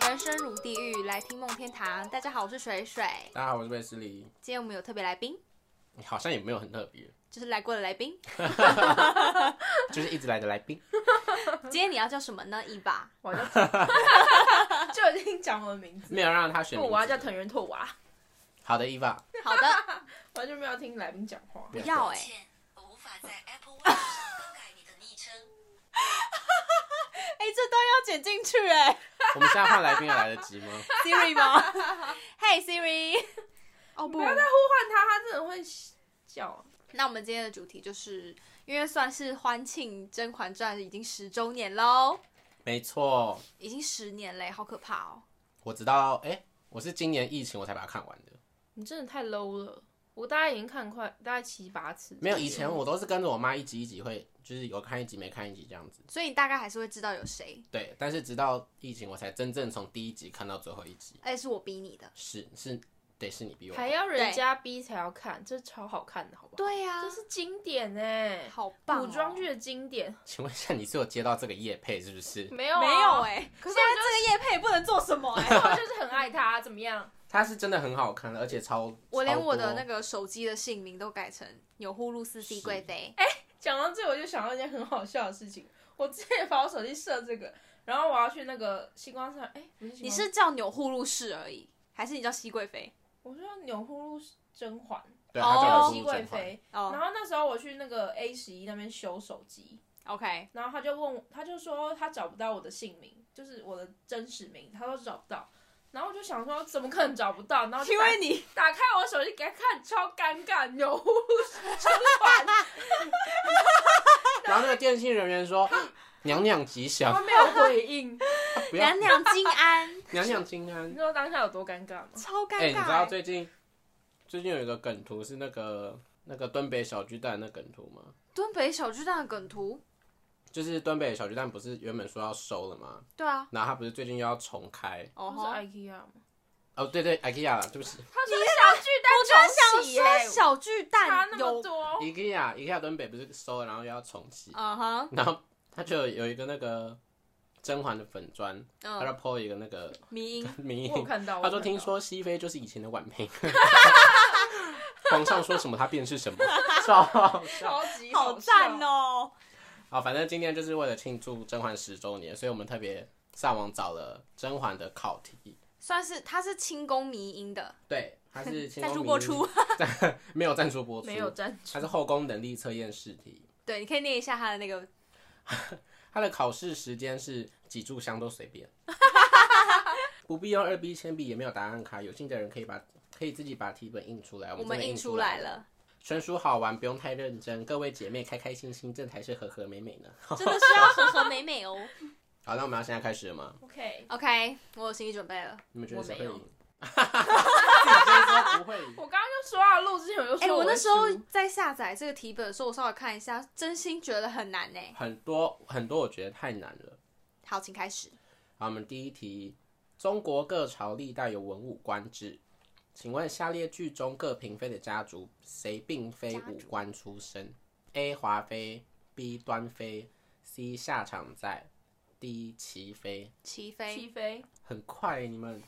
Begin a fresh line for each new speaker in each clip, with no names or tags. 人生如地狱，来听梦天堂。大家好，我是水水。
大家好，我是贝斯利，
今天我们有特别来宾，
好像也没有很特别，
就是来过的来 宾。
就是一直来的来宾。
今天你要叫什么呢？伊 爸，
我 要叫 就已经讲我的名字，
没有让他选
不，
名字。
我要叫藤原拓 娃，
好的，伊娃，
好的，
完全没有听来宾讲话
不。
不要哎、
抱歉，我无法在 Apple Watch 上更改你的昵称。
哎、这段要剪进去哎、
我们现在换来宾还来得及吗？
Siri 吗 ？Hey Siri，哦不
不要再呼唤他，他真的会叫。
那我们今天的主题就是因为算是欢庆《甄嬛传》已经十周年喽，
没错，
已经十年嘞，好可怕哦！
我知道，哎、我是今年疫情我才把它看完的，
你真的太 low 了，我大概已经看快大概七八次。
没有以前我都是跟着我妈一集一集会，就是有看一集没看一集这样子。
所以你大概还是会知道有谁，
对，但是直到疫情我才真正从第一集看到最后一集，
而且是我逼你的。
是是，得是你逼我看
还。要人家逼才要看，这超好看的，好不好？
对呀、
这是经典哎、
好棒、哦！
古装剧的经典。
请问一下，你是有接到这个夜配是不是？
没有、啊、
没有哎、
可是
现在这个夜配也不能做什么 哎、
我就是很爱他，怎么样？
它是真的很好看的，而且超
我连我的那
个
个手机的姓名都改成钮祜禄氏 C 贵妃。
讲到这，我就想到一件很好笑的事情。我之前把我手机设这个，然后我要去那个星光上，哎、不是星光
你是叫钮祜禄氏而已，还是你叫熹贵妃？
我说钮祜禄甄嬛，
对，
哦
它叫
叫
《
熹
祜禄
贵
甄嬛》。
妃。然
哦、
后那时候我去那个 A 十一那边修手机，
o k
然后他就问我，他就说他找不到我的姓名，就是我的真实名，他说找不到。然后我就想说，怎么可能找不到？然后就
因
打
为你
打开我手机给他看，超尴尬，钮 祜禄甄 嬛，
然后那个电信人员说：“娘娘吉祥
他，没有回应。
不要
娘娘金安，
娘娘金安
你。知道当下有多尴尬吗？
超尴尬、欸
哎、你知道最近最近有一个梗图是那个那个敦北小巨蛋的梗图吗？
敦北小巨蛋的梗图？
就是敦北小巨蛋不是原本说要收了吗？
对啊，
然后他不是最近又要重开？
哦
不
吼
是 IKEA 吗？
哦，对对，IKEA 啦，对不起
他说小巨
哎
蛋
我
重
就
启
想说
耶，
小巨
差
蛋
那么
有，
多，
，IKEA IKEA 敦北不是收了，然后又要重启，
嗯哼，
然后他就有一个那个甄嬛的粉砖，他就
嗯，
po 一个那个
迷音，
迷
我有
影，
看到。
他说
我有看到
听说熹妃就是以前的婉嫔， 皇上说什么她便是什么，超好笑。
超级
好
笑
赞！哦！
好，反正今天就是为了庆祝甄嬛十周年，所以我们特别上网找了甄嬛的考题。
算是它是清宫迷音的，
对，它是清宫
赞助
迷
播出，
没有赞助播出，
没有，赞
它是后宫能力测验试题。
对，你可以念一下它的那个，
它的考试时间是几炷香都随便， 不必用二 B 铅笔，也没有答案卡。有兴趣的人可以把可以自己把题本印出来，啊我
我
们
们
真的
印
出
出来
了，
了，
纯属好玩，不用太认真。各位姐妹开开心心，这才是和和美美呢。
真的是要和和美美哦。
好，那我们要现在开始了吗？
OK，
OK，我有心理准备了。
你们觉得
我
谁
没
会赢？
有
自己先说不会赢。
我刚刚就说啊，录之前我就说，
哎、我那时候
我
在下载这个题本的时候，我稍微看一下，真心觉得很难呢、欸
很多很多，我觉得太难了。
好，请开始。
好，我们第一题：中国各朝历代有文武官制，请问下列剧中各嫔妃的家族谁并非武官出身？A. 华妃 B. 端妃 C. 夏常在 D. 齐妃。
齐
起
飞，
飞，
很快，你们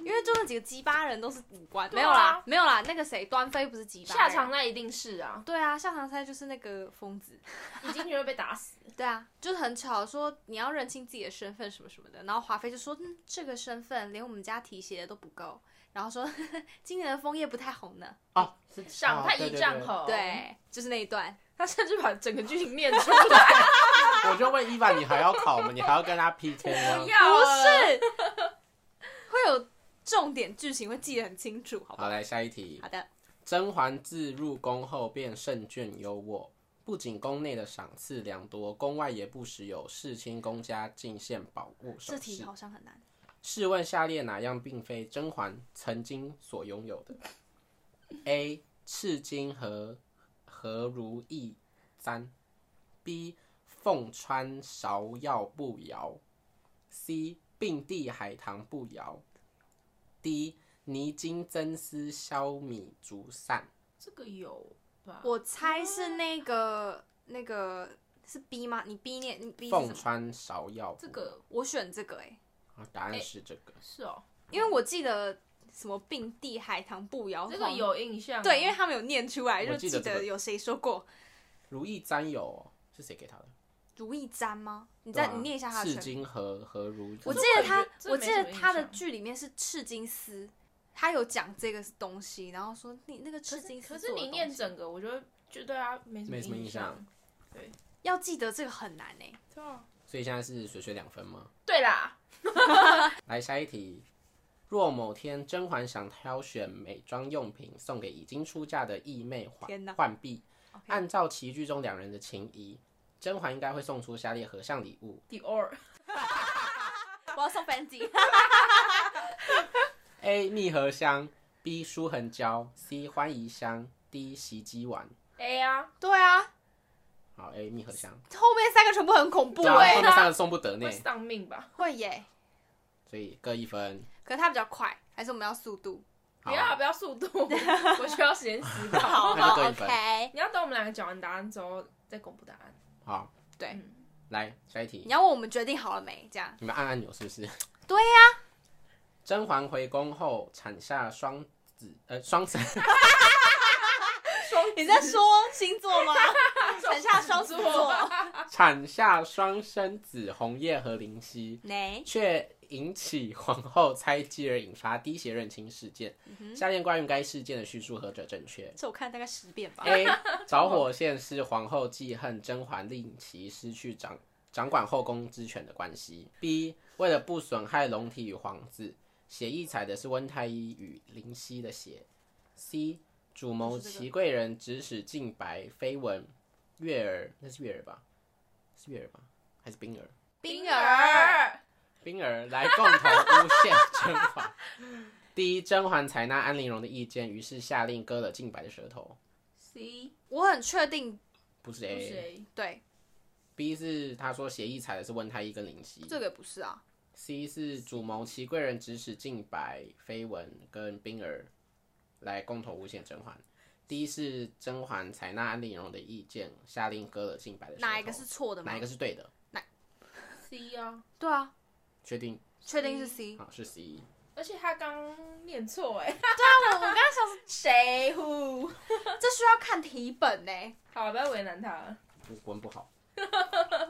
因为就那几个鸡巴人都是五官，没
对啊
有啦，没有啦，那个谁，端妃不是鸡巴人
下场那一定是啊，
对啊，下场菜就是那个疯子，
一进去会被打死。
对啊，就是很吵，说你要认清自己的身份什么什么的。然后华妃就说，嗯，这个身份连我们家提鞋的都不够，然后说 呵呵今年的枫叶不太红呢。
哦，是
赏他
哦对
一
对
丈
对
红，，
对，就是那一段，
他甚至把整个剧情念 出 来，
我就问伊凡，你还要考吗？你还要跟他 PK 吗？
不
不
是会有重点剧情会记得很清楚，好不
好，
好？
来下一题。
好的，
甄嬛自入宫后便胜券优渥，不仅宫内的赏赐良多，宫外也不时有侍亲公家进献宝物首
这题
饰。
好像很难。
试问下列哪样并非甄嬛曾经所拥有的？A. 赤金和和如意簪，B. 凤穿芍药步摇，C. 并蒂海棠步摇，D. 泥金真丝消米竹扇。
这个有吧？
我猜是那个那个是 B 吗？你 B 念你 B 是什
凤
么？
穿芍药，
这个
我选这个哎、
啊答案是这个。
是哦，
因为我记得什么并蒂海棠步摇晃，
这个有印象啊。
对，因为他们有念出来，
我
就
记
记
得这个
得有谁说过
如意簪有哦是谁给他的？
如意簪吗？你
你
再、你念一下他的
赤
全名。
金和和如意。
我记得他，我记得他的剧里面是赤金丝，他有讲这个东西，然后说你那个
可
赤
是
金丝
可
做
是
的东西，
你念整个，我觉得就对啊，没什么
没什么印象
象。
要记得这个很难哎、
对啊，
所以现在是水水两分吗？
对啦，
来下一题。若某天甄嬛想挑选美妆用品送给已经出嫁的义妹
天
浣
哪
浣碧，
OK
按照棋局中两人的情谊，甄嬛应该会送出下列何项礼物
第二，
我要送 Fendi，
？A. 蜜合香，B. 舒痕胶，C. 欢宜香，D. 袭击丸。
A 啊，
对啊，
好，A. 蜜合香。
后面三个全部很恐怖
对啊
哎、
后面三个送不得呢
会，丧命吧？
会耶，
所以各一分。
可是他比较快，还是我们要速度？
好
不要啊不要速 度，我需要时间思考。
那就各一分
OK，
你要等我们两个讲完答案之后再公布答案。
好，
对
嗯
来下一题
你。要问我们决定好了没？这样
你们按按钮是不是？
对
呀、甄嬛回宫后产下双子，呃，双子，
你在说星座 吗？等下双子座，
产下双生子红叶和灵犀，
没
却引起皇后猜忌而引发滴血认亲事件。下列关于该事件的叙述何者正确
这我看大概十遍吧。
？A. 哎 着火线是皇后记恨甄嬛令其失去掌掌管后宫之权的关系。B. 为了不损害龙体与皇子，协议采的是温太医与灵犀的血。C 主谋
就是这个
祺贵人指使靖白、绯闻、月儿，那是月儿吧？是月儿吧？还是冰儿？
冰儿，
冰儿来共同诬陷甄嬛。D 甄嬛采纳安陵容的意见，于是下令割了靖白的舌头。
C
我很确定，
不是哎
不
A，
是哎 A，
对，
B 是他说协议采的是温太医跟灵犀。
这个也不是啊，
C 是主谋祺贵人指使靖白、绯闻跟冰儿来共同诬陷甄嬛。D 是甄嬛采纳安陵容的意见，下令割了靖白的舌头。
哪一个是错的吗？
哪一个是对的？
C 啊，
对啊，
确定
确定是 C。
好是 C。
而且他刚念错哎。
但啊我我刚刚想说，
谁呼？
这需要看题本欸呢、
好，不要为难他了。
我文不好，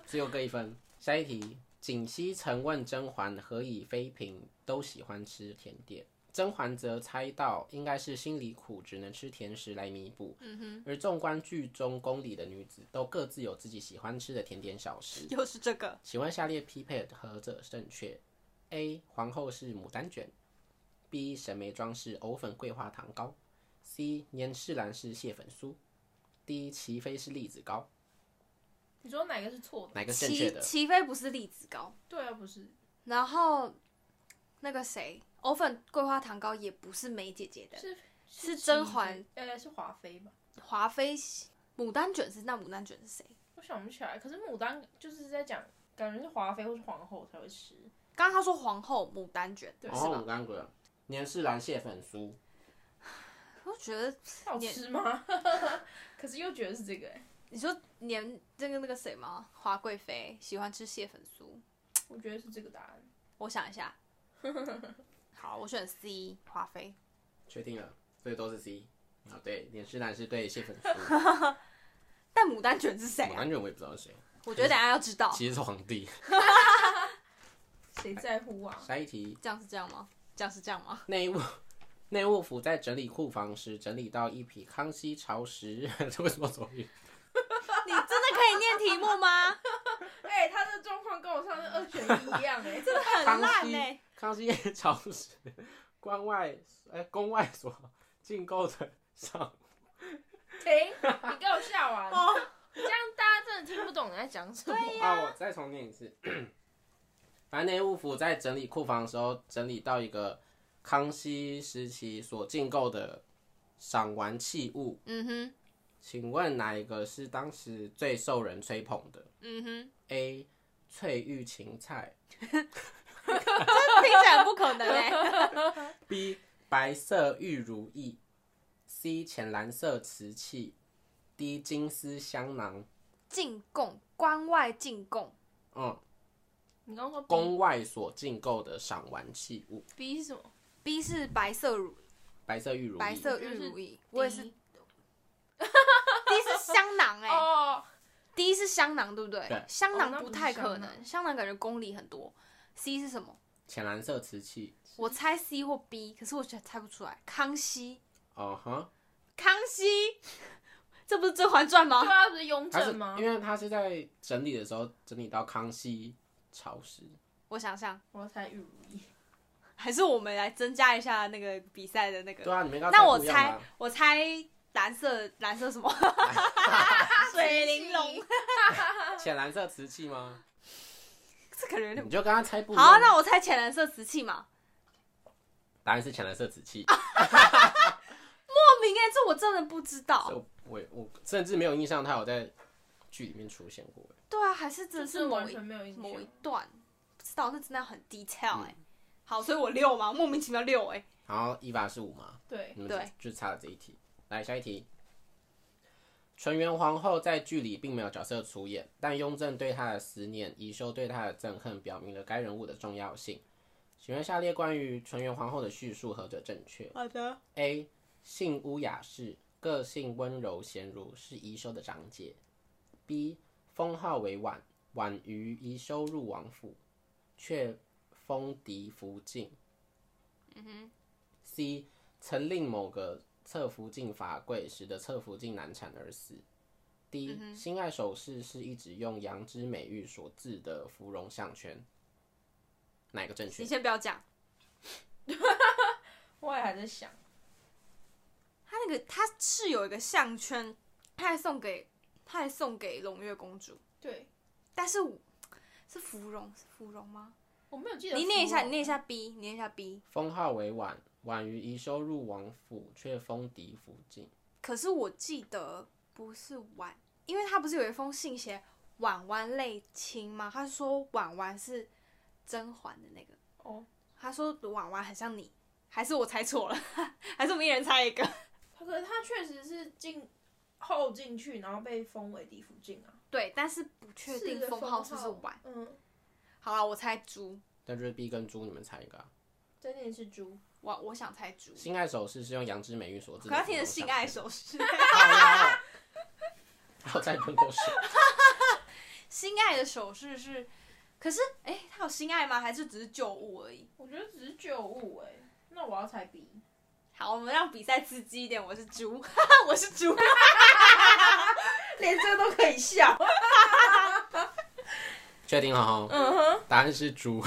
只有各一分。下一题，槿汐曾问甄嬛何以妃嫔都喜欢吃甜点，甄嬛则猜到应该是心里苦，只能吃甜食来弥补。嗯哼。而纵观剧中宫里的女子，都各自有自己喜欢吃的甜点小食。
又是这个，
请问下列匹配何者正确？A. 皇后是牡丹卷，B. 沈眉庄是藕粉桂花糖糕，C. 年世兰是蟹粉酥，D. 齐妃是栗子糕。
你说哪个是错的？
哪个是正确
齐
的？
齐飞不是栗子糕，
对啊，不是。
然后那个谁，藕粉桂花糖糕也不是梅姐姐的，
是
呃是甄嬛，
呃，是华妃吧？
华妃牡丹卷是那牡丹卷是谁？
我想不起来。可是牡丹就是在讲，感觉是华妃或是皇后才会吃。
刚刚他说皇后牡丹卷，
对
是
哦，
吧
我？刚刚讲年世兰蟹粉酥，
我觉得
好吃吗？ 可是又觉得是这个哎，
你说年这个那个谁吗？华贵妃喜欢吃蟹粉酥，
我觉得是这个答案。
我想一下，好，我选 C 华妃。
确定了，所以都是 C。啊，对，年世兰是对蟹粉 酥，
但牡丹卷是谁
我
啊？
完全我也不知道是谁，
我觉得等一下要知道，
其实是皇帝。
谁在乎啊？
下一题，
这样是这样吗？这样是这样吗？
内务内务府在整理库房时，整理到一匹康熙朝时， 这为什么要走运？
你真的可以念题目吗？
哎、他这状况跟我上次二选一一样哎、真的
很烂欸
康
呢、
熙康熙朝时，关外呃宫外所 进购的上
停！你给我笑完，
哦，
这样大家真的听不懂你在讲什么。
啊，我再重念一次。 反正内务府在整理库房的时候，整理到一个康熙时期所进购的赏玩器物，
嗯哼，
请问哪一个是当时最受人吹捧的
嗯哼，
？A. 翠玉芹菜
这听起来很不可能哎、
，B. 白色玉如意，C. 浅蓝色瓷器，D. 金丝香囊。
进贡，关外进贡，
嗯，
你刚说 B-
宫外所禁购的赏玩器物，
B 是什么？
B 是白色乳，
白色玉如意，
白色
我觉得
玉
是
如意，我也是。
D
D 是香囊哎、
哦，
d 是香囊对不对？
对
香
哦那
囊
不
不
是
太
香
可
囊
能，香囊感觉公里很多。C 是什么？
浅蓝色瓷器。
我猜 C 或 B，可是我觉得猜不出来。康熙，
哦哈，
康熙， 这不是《甄嬛传》
对
吗？
啊，不是雍
它是
正吗？
因为它是在整理的时候整理到康熙朝时，
我想想，
我要猜玉如意，
还是我们来增加一下那个比赛的那
对
个。
啊，你们刚
那
刚
我
不一样吧
猜，我猜蓝色，蓝色什么？ 水玲珑，
浅蓝色瓷器吗？
这可能有
你
点。
就跟他猜不一样
好，啊那我猜浅蓝色瓷器嘛。
答案是浅蓝色瓷器，
哦莫名哎、这我真的不知道
所以。我我我甚至没有印象他有在剧里面出现过。
对啊，还是真
这
的
是
是某
完
一
全没有啊印
某一
象。
段，不知道，那真的很 detail 哎、好，所以我六嘛，莫名其妙六哎、
然后伊娃是五嘛，
对，
你们
对
就就差了这一题。来下一题，纯元皇后在剧里并没有角色出演，但雍正对她的思念，宜修对她的憎恨，表明了该人物的重要性。请问下列关于纯元皇后的叙述何者正确
好的，
？A. 性乌雅氏，个性温柔贤儒，是宜修的长姐。B. 封号为婉，婉于宜修入王府，却封嫡福晋。C 曾令某个侧福晋罚跪，使得侧福晋难产而死。D、心爱首饰是一直用羊脂美玉所制的芙蓉项圈，哪一个正确
你？先不要讲，
我也还在想，
他那个他是有一个项圈，他还送给他还送给胧月公主，
对，
但是我是芙蓉是芙蓉吗？
我没有记得。
你念一下，你念一。下 B，你念一下 B。
封号为婉，婉于宜修入王府，却封嫡福晋。
可是我记得不是婉，因为他不是有一封信写婉婉泪清吗？他说婉婉是甄嬛的那个。
哦，
他说婉婉很像你，还是我猜错了？ 还是我们一人猜一个？
可是他确实是进后进去，然后被封为地府进啊。
对，但是不确定
是个
封号是不是婉。
嗯，
好了，我猜猪，
那就是 B 跟猪，你们猜一个、啊。
再念一次猪。
我我想猜猪。
心爱首饰是用羊脂美玉所制
可
的。
他听的性爱，手势，
好呀，我再喷口水。
心爱的手势是，可是哎、诶他有心爱吗？还是只是旧物而已？
我觉得只是旧物哎，那我要猜 B。
好，我们让比赛刺激一点。我是猪， 我是猪。
连这都可以笑。
确定了哈，
嗯哼，
答案是猪。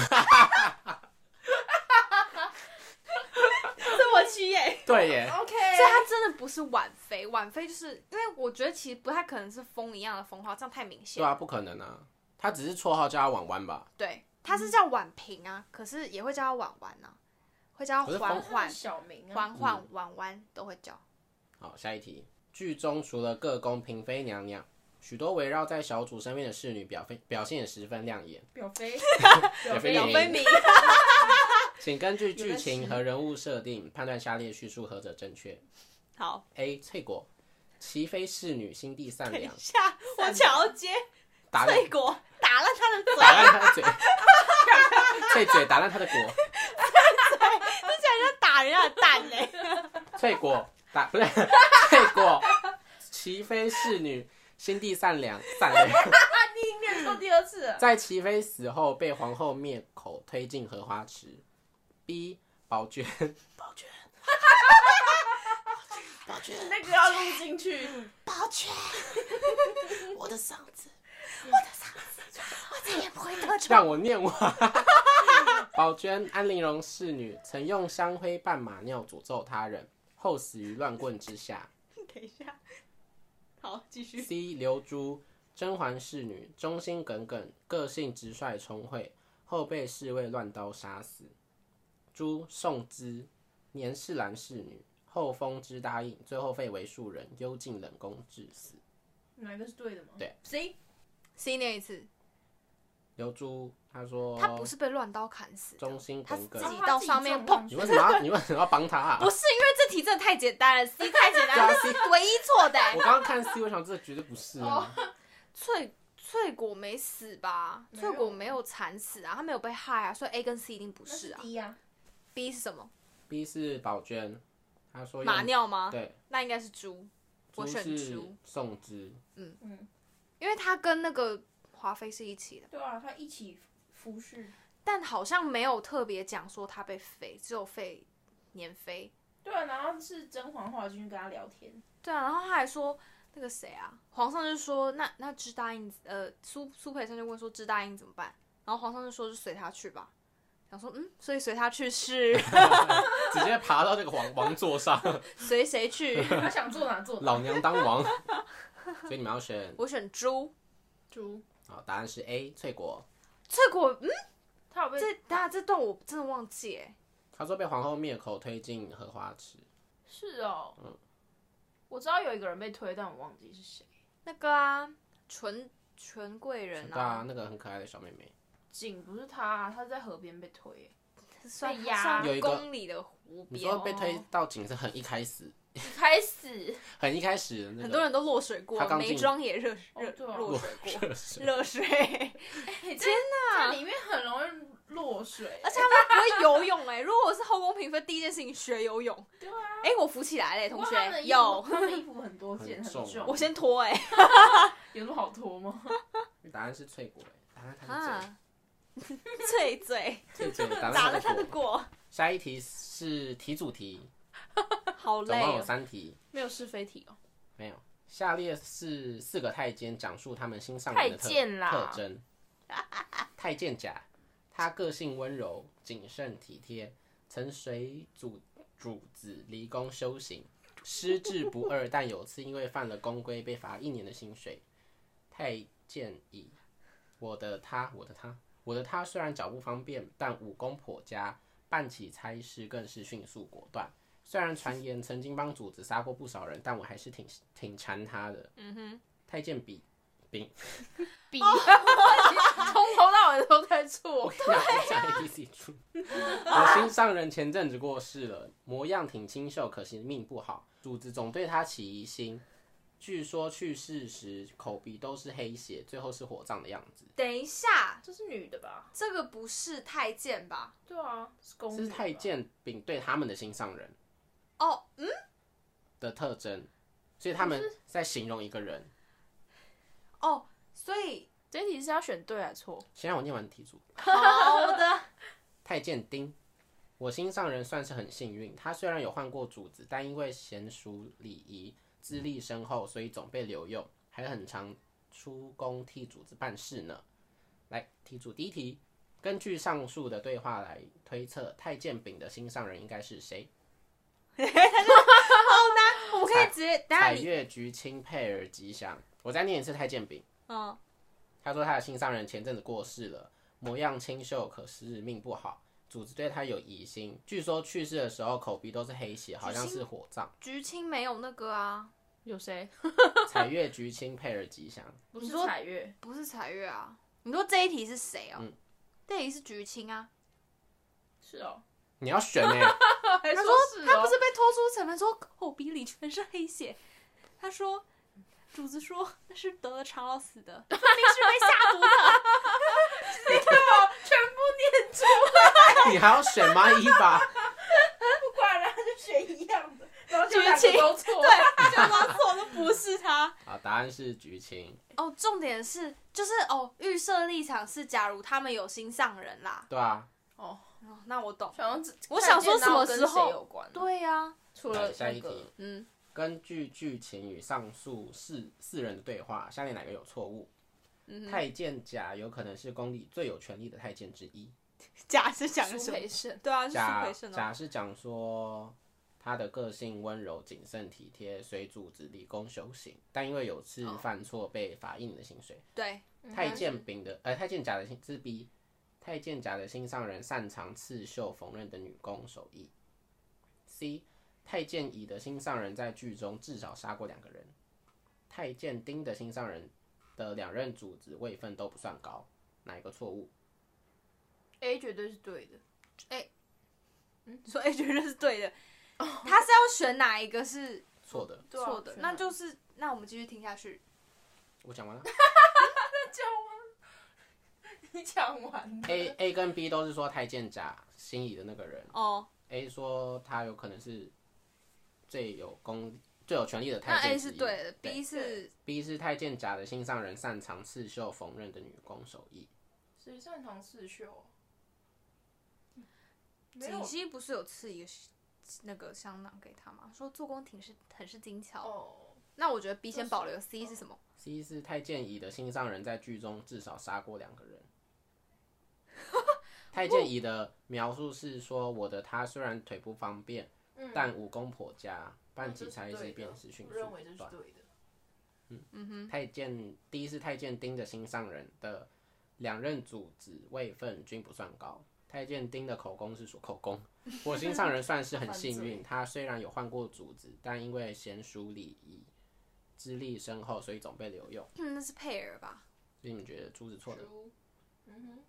这么屈耶、
对耶，
OK，
所以他真的不是婉妃，婉妃就是因为我觉得其实不太可能是封一样的封号，这样太明显
对。啊，不可能啊，他只是绰号叫他婉婉吧。
对，他是叫婉平啊，可是也会叫他婉婉啊，会叫
可
他
是
缓
风
缓、
小明啊，
缓缓、婉婉都会叫。
好，下一题。剧中除了各宫嫔妃娘娘，许多围绕在小主身边的侍女表非表现也十分亮眼。
表 飞，
飞
表
表
分
飞
明，
请根据剧情和人物设定判断下列叙述何者正确
好，
：A. 翠果，齐妃侍女心地善
等一
良，
下，我乔接
打烂
翠果打烂他的嘴，
打烂她的嘴，翠嘴打烂她的果，
听起来像打人家的蛋嘞、
翠果打不是翠果，齐妃侍女心地善良，善良。
你念错第二 次了。
在齐妃死后被皇后灭口，推进荷花池。B. 宝娟，宝娟，宝娟，
那个要录 进去，
宝娟，我的嗓子，
再也不会得宠。
让我念完。 宝娟，安陵容侍女，曾用香灰拌马尿诅咒他人，后死于乱棍之下。
等一下，好，继续。
C. 刘珠，甄嬛侍女，忠心耿耿，个性直率聪慧，后被侍卫乱刀杀死。朱宋之，年世兰侍女，后封之答应，最后废为庶人，幽禁冷宫致死。
哪个是对的吗？
对
，C，
C 念一次，
刘珠她说，
他不是被乱刀砍死的，
忠心
他
耿
是自
哦
耿，
己到上面碰。
你为什么要你为什么要帮他、啊
不？是因为这题真的太简单了，C 太简单
对啊
了，这是唯一错的、哦
我刚刚看 C，我想这绝对不是啊。
翠翠果没死吧？
没有
翠果没有惨死啊，他没有被害啊，所以 A 跟 C 一定不
那
是啊。
D 呀、
B 是什么？
B 是宝娟，他说用
马尿吗？
对，
那应该是猪，我
猪
选
是
猪
宋之，
嗯，
因为他跟那个华妃是一起的，
对啊，他一起服侍。
但好像没有特别讲说他被废，只有废年妃。
对啊，然后是甄嬛后来进去跟他聊天，
对啊，然后他还说那个谁啊，皇上就说那那知答应呃苏苏培盛就问说知答应怎么办，然后皇上就说就随他去吧，想说嗯，所以随他去 是
直接爬到这个王王座上，
随谁去？
他想做 哪做哪。
老娘当王。所以你们要选，
我选猪，
猪，
好，答案是 A 翠果。
翠果，嗯，
他有被
这大家这段我真的忘记哎，
他说被皇后灭口，推进荷花池。
是哦，
嗯
我知道有一个人被推，但我忘记是谁。
那个啊，纯纯贵
知
人
道啊，
啊，
那个很可爱的小妹妹，
景不是他、啊，他在河边被推耶，
算
被压
有一
算
个
宫里的湖
你
边
说，被推到井是很一开始，
一开 始
很一开始的那个。
很多人都落水过
他，刚进
眉庄也热
哦
热
对啊
落水过，
热 水
热水。
天哪，这里面很容易落水，
而且他们不会游泳哎、如果我是后宫嫔妃，第一件事情学游泳。
对啊，
哎、我浮起来嘞、
不
同
过他们的
学
衣服
有，
他们的衣服很多件，
很
很
重啊
我先脱哎、
有那么好脱 吗？
答案是翠果，答案他
啊，脆嘴
的嘴，翠果答
打
案
了
是
他
他
的
的果。
果，
下一题是题主题，
好
总
累、
共有
哦。
三题，
没有是非题哦，
没有。下列是四个太监讲述他们心上人的特
太监啦
特征。 太监甲，他个性温柔、谨慎体贴，曾随主主子离宫修行，失志不二，但有次因为犯了宫规被罚一年的薪水。太监乙，我的他，我的他，我的他虽然脚不方便，但武功颇佳，办起差事更是迅速果断。虽然传言曾经帮主子杀过不少人，但我还是挺挺馋他的。嗯哼，太监比
比从头到尾都在
我
错，
跟你讲，下 A B C 出。 我心上人前阵子过世了，模样挺清秀，可惜命不好。主子总对他起疑心，据说去世时口鼻都是黑血，最后是火葬的样子。
等一下，
这是女的吧？
这个不是太监吧？
对啊，是公
这
女
是
吧
太，监丙对他们的心上人
哦，嗯，
的特征，所以他们在形容一个人。
哦，所以
这一题是要选对还是错？
先让我念完题组。
好的，
太监丁，我心上人算是很幸运，他虽然有换过主子，但因为娴熟礼仪、资历深厚，所以总被留用，还很常出宫替主子办事呢。来，题主第一题，根据上述的对话来推测，太监丙的心上人应该是谁？
我们可以直接等一下
彩
你，
月、菊青、佩儿、吉祥。我再念一次太监丙，
嗯，
他说他的心上人前阵子过世了，模样清秀，可是命不好。主子对他有疑心，据说去世的时候口鼻都是黑血，好像是火葬。
菊青没有那个啊，
有谁？
彩月、菊青、佩尔、吉祥，
不
你
是
说
彩月，
不是彩月啊。你说这一题是谁哦？这一题是菊青啊。
是哦，
你要选欸呢、
还
他哎
说
说
是
他
哦
不是被啊拖出城门说口鼻里全是黑血，他说主子说那是得了肠痨死的， 说明是被下毒的。
啊
你还要选吗？伊法，
不管了，他就选一样的，然后
就
就
两
两
个
个
都
都错。
对，想到错都不是他。
好，答案是菊青。
哦，重点是就是哦，预设立场是假如他们有心上人啦。
对啊，
哦，
哦，那我懂。
想说
我想说什么时候
有关？，
对啊呀、
除
来
了
下一
那个
题，
嗯，
根据剧情与上述四四人的对话，下列哪个有错误？
嗯
太监甲有可能是宫里最有权力的太监之一。
假是讲
苏
什
培
么？
盛，
对 啊，是苏
甲
培盛哦。
甲是讲说他的个性温柔、谨慎、体贴，随主子立功修行，但因为有次犯错被罚一年的薪水。
对，
太监丙的，呃，太监甲的心自闭，太监甲的心上人擅长刺绣、缝纫的女工手艺。C. 太监乙的心上人在剧中至少杀过两个人。太监丁的心上人的两任主子位分都不算高，哪一个错误？
A 绝对是对的，
你说 A 绝对是对的，他是要选哪一个是
错的，
啊
错的？那
那就
就是那我们继续听下去。
我讲完了。
就 你讲完
A A 跟 B 都是说太监甲心仪的那个人
哦，
，A 说他有可能是最有功、最有权力的
那
太监
A
之
是
一
对的
对
，B 是
B 是太监甲的心上人，擅长刺绣、缝纫的女工手艺。
谁擅长刺绣？啊嗯没有
锦溪不是有赐一个那个香囊给他吗？说做工挺是很是精巧。
哦，
那我觉得 B
就是
先保留，C 是什嗯么？
C 是太监乙的心上人，在剧中至少杀过两个人。太监乙的描述是说，我的他虽然腿不方便，
嗯，
但武功颇佳，办
这
起差
对
事
的
便是迅
我认为
速
这
不
是
断。
对的。
太监第一是太监丁的心上人的两任主子位分均不算高。太监丁的口供是说口供，我心上人算是很幸运，他虽然有换过主子，但因为娴熟礼仪、资历深厚，所以总被留用。
嗯，那是佩尔吧？
所以你们觉得朱子错的？
猪嗯哼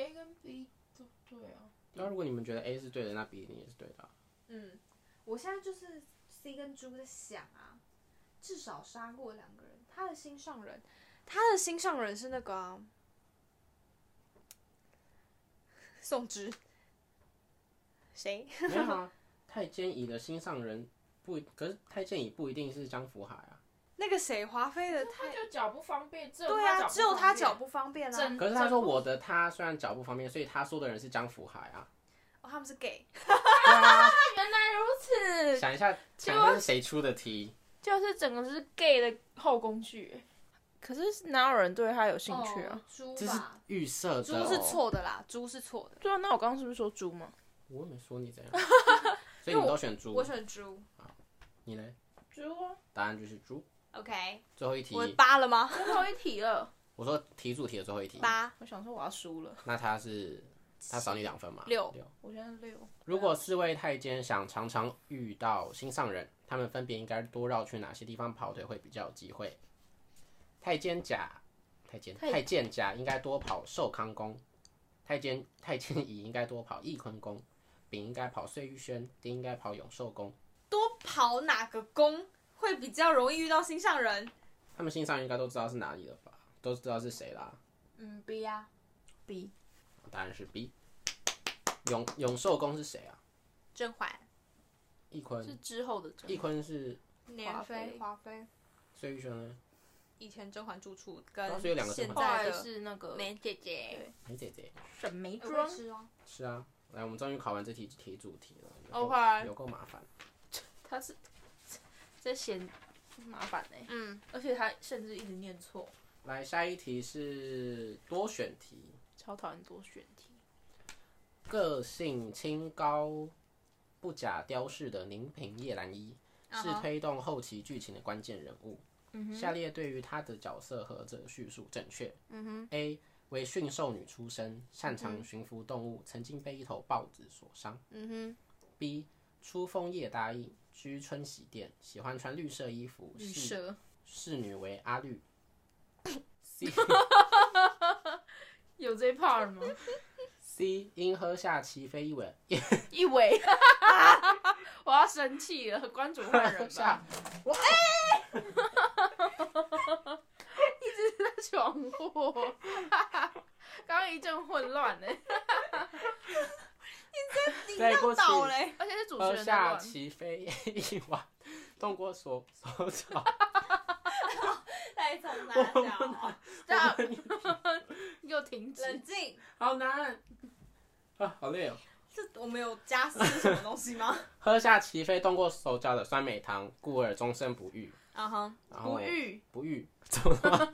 ，A 跟 B 都对啊。
那如果你们觉得 A 是对的，那 B 你也是对的啊、
嗯，我现在就是 C 跟猪在想啊，至少杀过两个人。他的心上人，他的心上人是那个啊、宋芝，谁？
没有啊， 太监乙的心上人不，可是太监乙不一定是江福海啊。
那个谁，华妃的
他
太
就脚不方便，只有
对啊，
他
只有他脚
脚
不方便啊。
真
可是他说我的他虽然脚不方便，所以他说的人是江福海啊。
哦，他们是 gay，
对啊，
原来如此，
想一下，想一下是谁出的题？
就是整个是 gay 的后宫剧。可是哪有人对他有兴趣啊？
哦，猪
这是
吧？
预设
猪
的
是
哦，
错的啦，猪是错的。
对啊，那我刚刚是不是说猪吗？
我没说你 怎样，所以你们都选猪
我，选猪
你呢？
猪啊，
答案就是猪。
，OK。
最后一题，
我八了吗？
最后一题了。
我说题组题的最后一题，
八
我想说我要输了，
那他是他少你两分嘛？
六
六。
我现在六。
如果四位太监想常常遇到心上人，他们分别应该多绕去哪些地方跑腿会比较有机会？太监甲、太监
太
太监甲应该多跑寿康宫，太监太监乙应该多跑翊坤宫，丙应该跑碎玉轩，丁应该跑永寿宫。
多跑哪个宫会比较容易遇到心上人？
他们心上人应该都知道是哪里了吧？都知道是谁啦？
嗯，B 啊，
B
答案是 B。永永寿宫是谁啊？
甄嬛、
翊
嗯
是
坤，
之后的真
翊
的。
坤是
年妃、
华妃
华妃，
碎玉轩啊呢？
以前甄嬛住处
啊
跟
所以有两个甄
现
嬛
后
在
来
的
是那个
梅姐姐
梅姐姐。
沈眉
有会
庄，
吃哦，
是啊，来，我们终于考完这题题主题了，有够
OK
有够麻烦。
他是 这嫌麻烦哎、
嗯，
而且他甚至一直念错，
来，下一题是多选题，
超讨厌多选题。
个性清高、不假雕饰的宁平叶澜依是
嗯哼
推动后期剧情的关键人物。下列对于她的角色和这叙述正确。嗯、A 嗯为驯兽女出身，擅长驯服动物，曾经被一头豹子所伤。
嗯
B 出风夜答应，居春喜殿，喜欢穿绿色衣服，
绿
是
蛇
侍女为阿绿。C
有这 part 吗？
C 因喝下齐飞一吻，
一尾，
啊
我要生气了，关主 换人吧
下，
在 闯祸，刚刚一阵混乱呢、
哼，你
再过
要
去
倒嘞，
而且是主持
喝
人在
下
乱，
齐飞一吻，动过手手脚。
再从哪 角？
大 又停
冷
止，
静，
好难啊，好累哦。
这我们有加私什么东西 吗？
喝下齐飞动过手脚的酸梅汤，故而终身不育。
啊哈，
然后
不育，
不育，怎么了？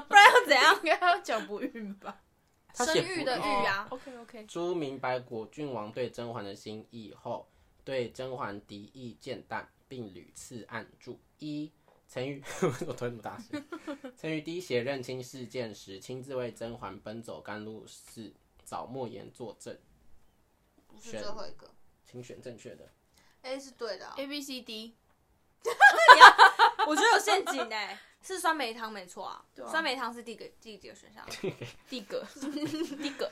不然要怎样？
应该要讲不育吧哦
他
生
写
育
不
的
育
育啊，
？OK OK，
朱明白果郡王对甄嬛的心意后，对甄嬛敌意渐淡，并屡次按住。一，曾于为 什么推那么大声？曾于滴血认亲事件时，亲自为甄嬛奔走甘露寺找莫言作证，
不
是最后
一个
请选正确的。
，A 是对的啊
，A B C D，
我觉得有陷阱哎、是酸梅汤没错啊，
对啊
酸梅汤是第一个第几个选 项？
第个，第个，
第几个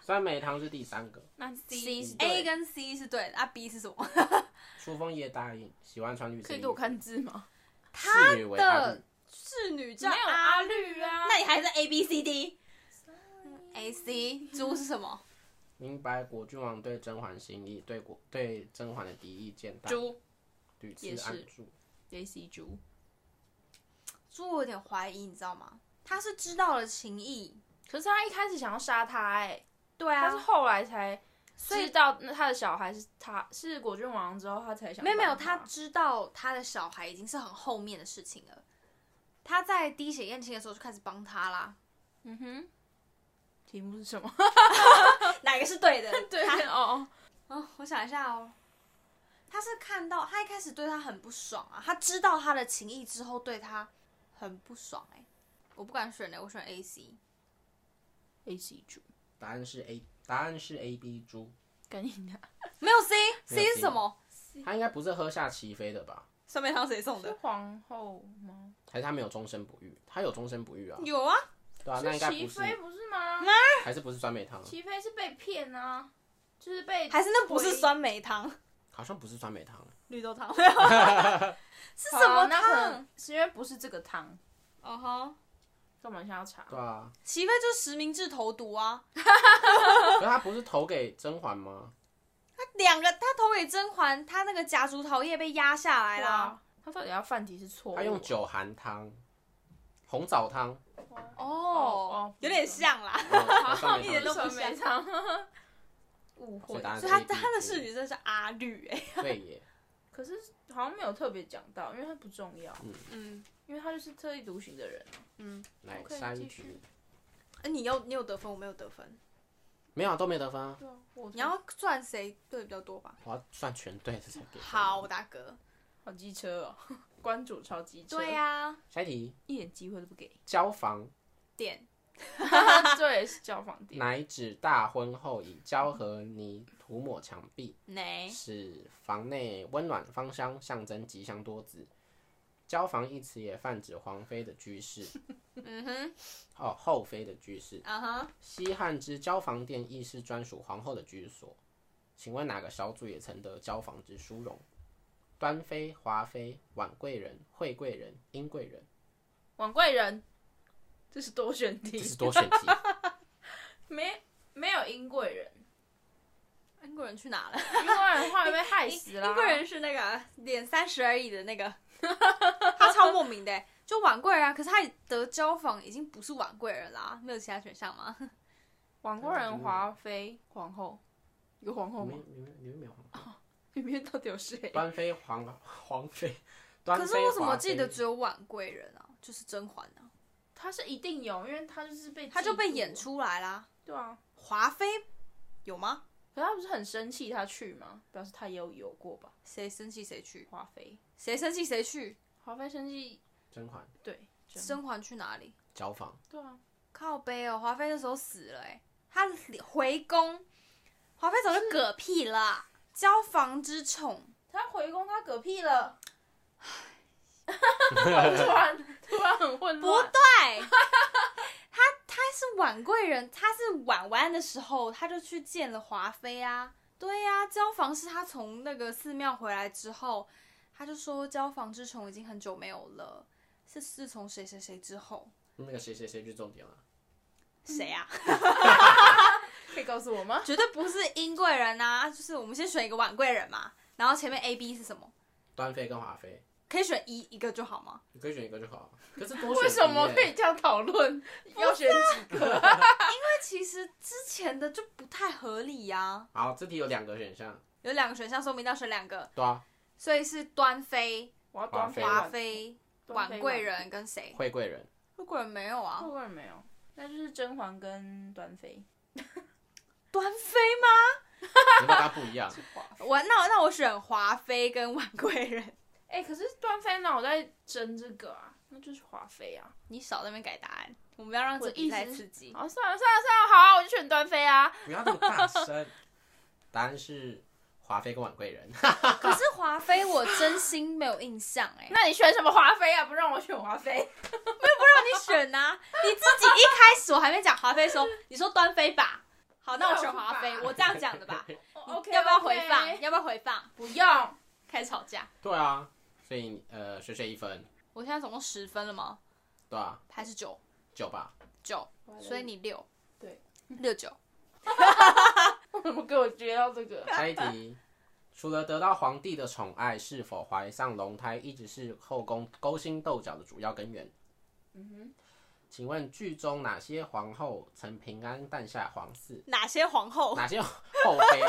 酸梅汤是第三个。
那
C
是
A
对的
跟 C 是对的，啊 B 是什么？
初风夜答应，喜欢穿绿色
可
衣
以
服。
给我看字吗？
侍女为阿
的
绿
侍女
没
叫
有阿绿啊，
那你还是 A B C D A C 猪是什么？
明白果郡王对甄嬛心意，对果对甄嬛的敌意渐大，
猪
屡
也
次
是
按住。
A C 猪，猪我有点怀疑，你知道吗？他是知道了情意，
可是他一开始想要杀他哎、
对啊
他是，后来才
所以
知道那他的小孩是他是果郡王之后，他才想
没有没有，
帮
他知道他的小孩已经是很后面的事情了。他在滴血验亲的时候就开始帮他啦，
嗯哼，题目是什么？
哪个是 对的？
对
他
哦，
哦，我想一下哦，他是看到他一开始对他很不爽啊，他知道他的情意之后对他很不爽哎、我不敢选的，我选 A C。
A C 猪，
答案是 A，答案是 A B 猪，
赶紧的，
没有 C，C
没有 C
是什么？
他应该不是喝下齐妃的吧？
上面汤谁送
是？皇后吗？
还是他没有终身不育？他有终身不育啊？
有啊，
对啊，那应该
齐
不是，
妃不是吗？
还是不是酸梅汤？
齐妃是被骗啊，就是被
还是那不是
推
酸梅汤、
好像不是酸梅汤，
绿豆汤？是
好
什么
啊那可
汤
能？是因为不是这个汤，
哦哈，
干嘛想要查？
对啊，
齐飞就实名制投毒啊，
可是他不是投给甄嬛吗？
他两个他投给甄嬛，他那个夹竹桃叶被压下来啦。
哇，他到底要犯题是错误？
他用酒寒汤、红枣汤，
哦，
哦
有点像啦。
哦酸梅汤
一点都不
酸梅
像汤，误
所
会
以答。案是
所以他
A B
他的
猪
侍女真的是阿绿哎、
对耶，
可是好像没有特别讲到，因为它不重要，
嗯，
因为他就是特立独行的人啊。
来
OK，
下一
继
局
续，
嗯啊你有你有得分，我没有得分。
没有啊都没得分啊，
对啊，我
你要算谁对比较多吧？
我要算全对这才给分。
好，大哥。
好机车哦， 关主超机车，
对、啊呀、
下一题，
一点机会都不给。
交房
点
对，是交房店。
乃指大婚后以胶和泥涂抹墙壁，
哪？
使房内温暖芳香，象征吉祥多子。交房一词也泛指皇妃的 居室，
嗯哼，
哦，后妃的居室。
啊哈，
西汉之交房殿亦是专属皇后的居所。请问哪个小组也曾得交房之殊荣？端妃、华妃、婉贵人、惠贵人、英贵人，
王贵人，这是多选
这
题，
是多选 题。
没没有英贵人，
英国人去哪了？
英贵人后来被害死了。
英国人是那个脸三十而已的那个， 他超莫名的欸，就婉贵人啊。可是他得交房已经不是婉贵人啦，没有其他选项吗？
王贵人、华妃、皇后，有皇后
里
吗
面？里面里面没有皇后。
里面到底有 谁？
端妃、皇 皇妃，端
可
妃
是为什么
华
我
妃
记得只有婉贵人啊？就是甄嬛啊，
他是一定有，因为他就是被
她就被
嫉妒
演。出来啦。
对啊，
华妃有吗？
可他不是很生气，他去吗？表示他也有有过吧？
谁生气谁去，
华妃，
谁生气谁去。
华妃生气，
甄嬛
对，真
甄嬛去哪里？
交房，
对啊，
靠背哦，华妃那时候死了哎、她回宫，华妃早就嗝屁了，交房之宠。
他回宫，他嗝屁了。 突然突然很混
不
乱，
对，他他是婉贵人，他是婉婉的时候，他就去见了华妃啊。对呀、交房是他从那个寺庙回来之后，他就说交房之宠已经很久没有了，是自从谁谁谁之后，
那个谁谁谁就重点了。
谁啊？
可以告诉我吗？
绝对不是英贵人呐、就是我们先选一个婉贵人嘛，然后前面 A B 是什么？
端妃跟华妃，
可以选一一个就好吗？
你可以选一个就好。可是多选题耶
为什么可以这样讨论？要选几个？
那其实之前的就不太合理呀、
好，这题有两个选项，
有两个选项，说明要选两个，
对啊，
所以是端妃、
我要端
妃
华妃、
婉
婉贵人，跟谁？
惠贵人。
惠贵人没有啊
婉，贵人没有，那就是甄嬛跟端妃。
端妃吗？
你们大家不一样，
我那那我选华妃跟婉贵人。
哎、可是端妃呢？我在争这个啊，那就是华妃啊。
你少在那边改答案，我们要让
我
这
的
比赛
意思是
刺激。
好，算了算了算了，好啊，我就选端妃啊。
不要这么大声。 答案是华妃跟婉贵人。
可是啊华妃我真心没有印象哎、那
那你选什么华妃啊？不让我选华妃，
不让你选呐、你自己一开始我还没讲华妃的时候，你说端妃吧。好，那我选华妃，我这样讲的 吧。
哦，OK，
要不要
OK
回放？要不要回放？
不用。
开始吵架。
对啊，所以呃，水水一分。
我现在总共十分了吗？
对啊，
还是九
九吧，
九？
完了
所以你六
对，
六九。
为什么 给我接到这个？
下一题，除了得到皇帝的宠爱，是否怀上龙胎一直是后宫勾心斗角的主要根源？
嗯
请问剧中哪些皇后曾平安诞下皇嗣？
哪些皇后？
哪些后妃？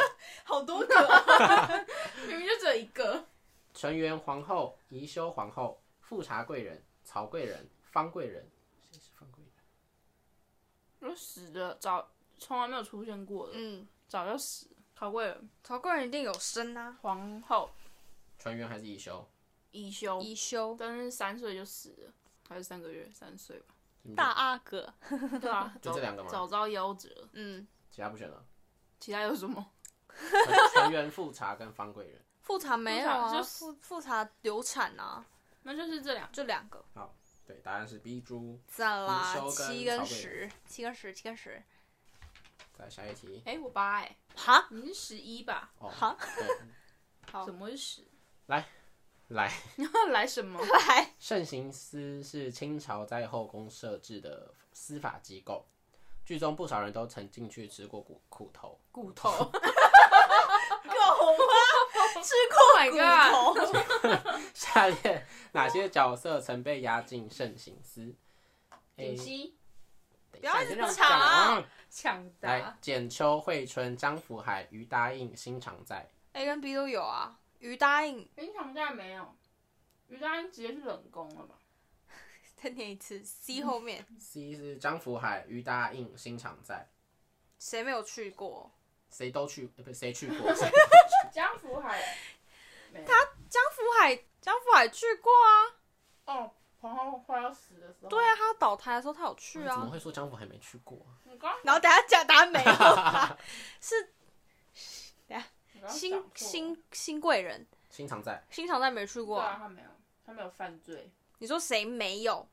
好多个。
哼，明明就只有一个。
纯元皇后、宜修皇后、富察贵人、曹贵人、方贵人。谁是方贵人？
就死的早，从来没有出现过的，
嗯，
早就死了。曹贵人、
曹贵人一定有生啊，
皇后、
纯元还是宜修？
宜修，
宜修、
但是三岁就死了，还是三个月，三岁 吧。
大阿哥。
对啊，
就这两个吗
早早遭夭折，
嗯，
其他不选了。
其他有什么？
纯纯元、富察跟方贵人。
复查没有
复查
啊？
就
复复查流产啊，
那就是这两个。
就两个。
对，答案是 B 猪。
赞啦
宜，修跟
七跟
曹贵
十，七跟十，七跟十。
再下一题。
哎、我八哎、
哈，
你是十一吧？
哦，
好
对，
好
怎么会十？
来，
来什么？
来，
慎刑司是清朝在后宫设置的司法机构，剧中不少人都曾进去吃过苦苦头。
骨头。
狗
吃过
骨头。
下列哪些角色曾被押进慎刑司？哎
顶西
不
要一直啊抢
啊
抢
来
答，，
简秋、惠春、张福海、于答应、新常在。
A 跟 B 都有啊。于答应
林场在没有，于大英直接去冷宫了吧？
再念一次，C 后面
C 是张福海、于答应、新常在，
谁没有去过？
谁都去，呃不谁去过？谁
江福海没他
江福海，江福海去过啊。
哦，皇后快要死的时候，
对啊，，他倒台的时候他有去
怎么
啊。
会说张福海没去过啊？
你刚
然后等下讲答案没有 啊，是
你刚
新新新贵人，
新常在
新常在没去
对
过
啊，
啊。
他没有，他没有犯罪
你说谁没有？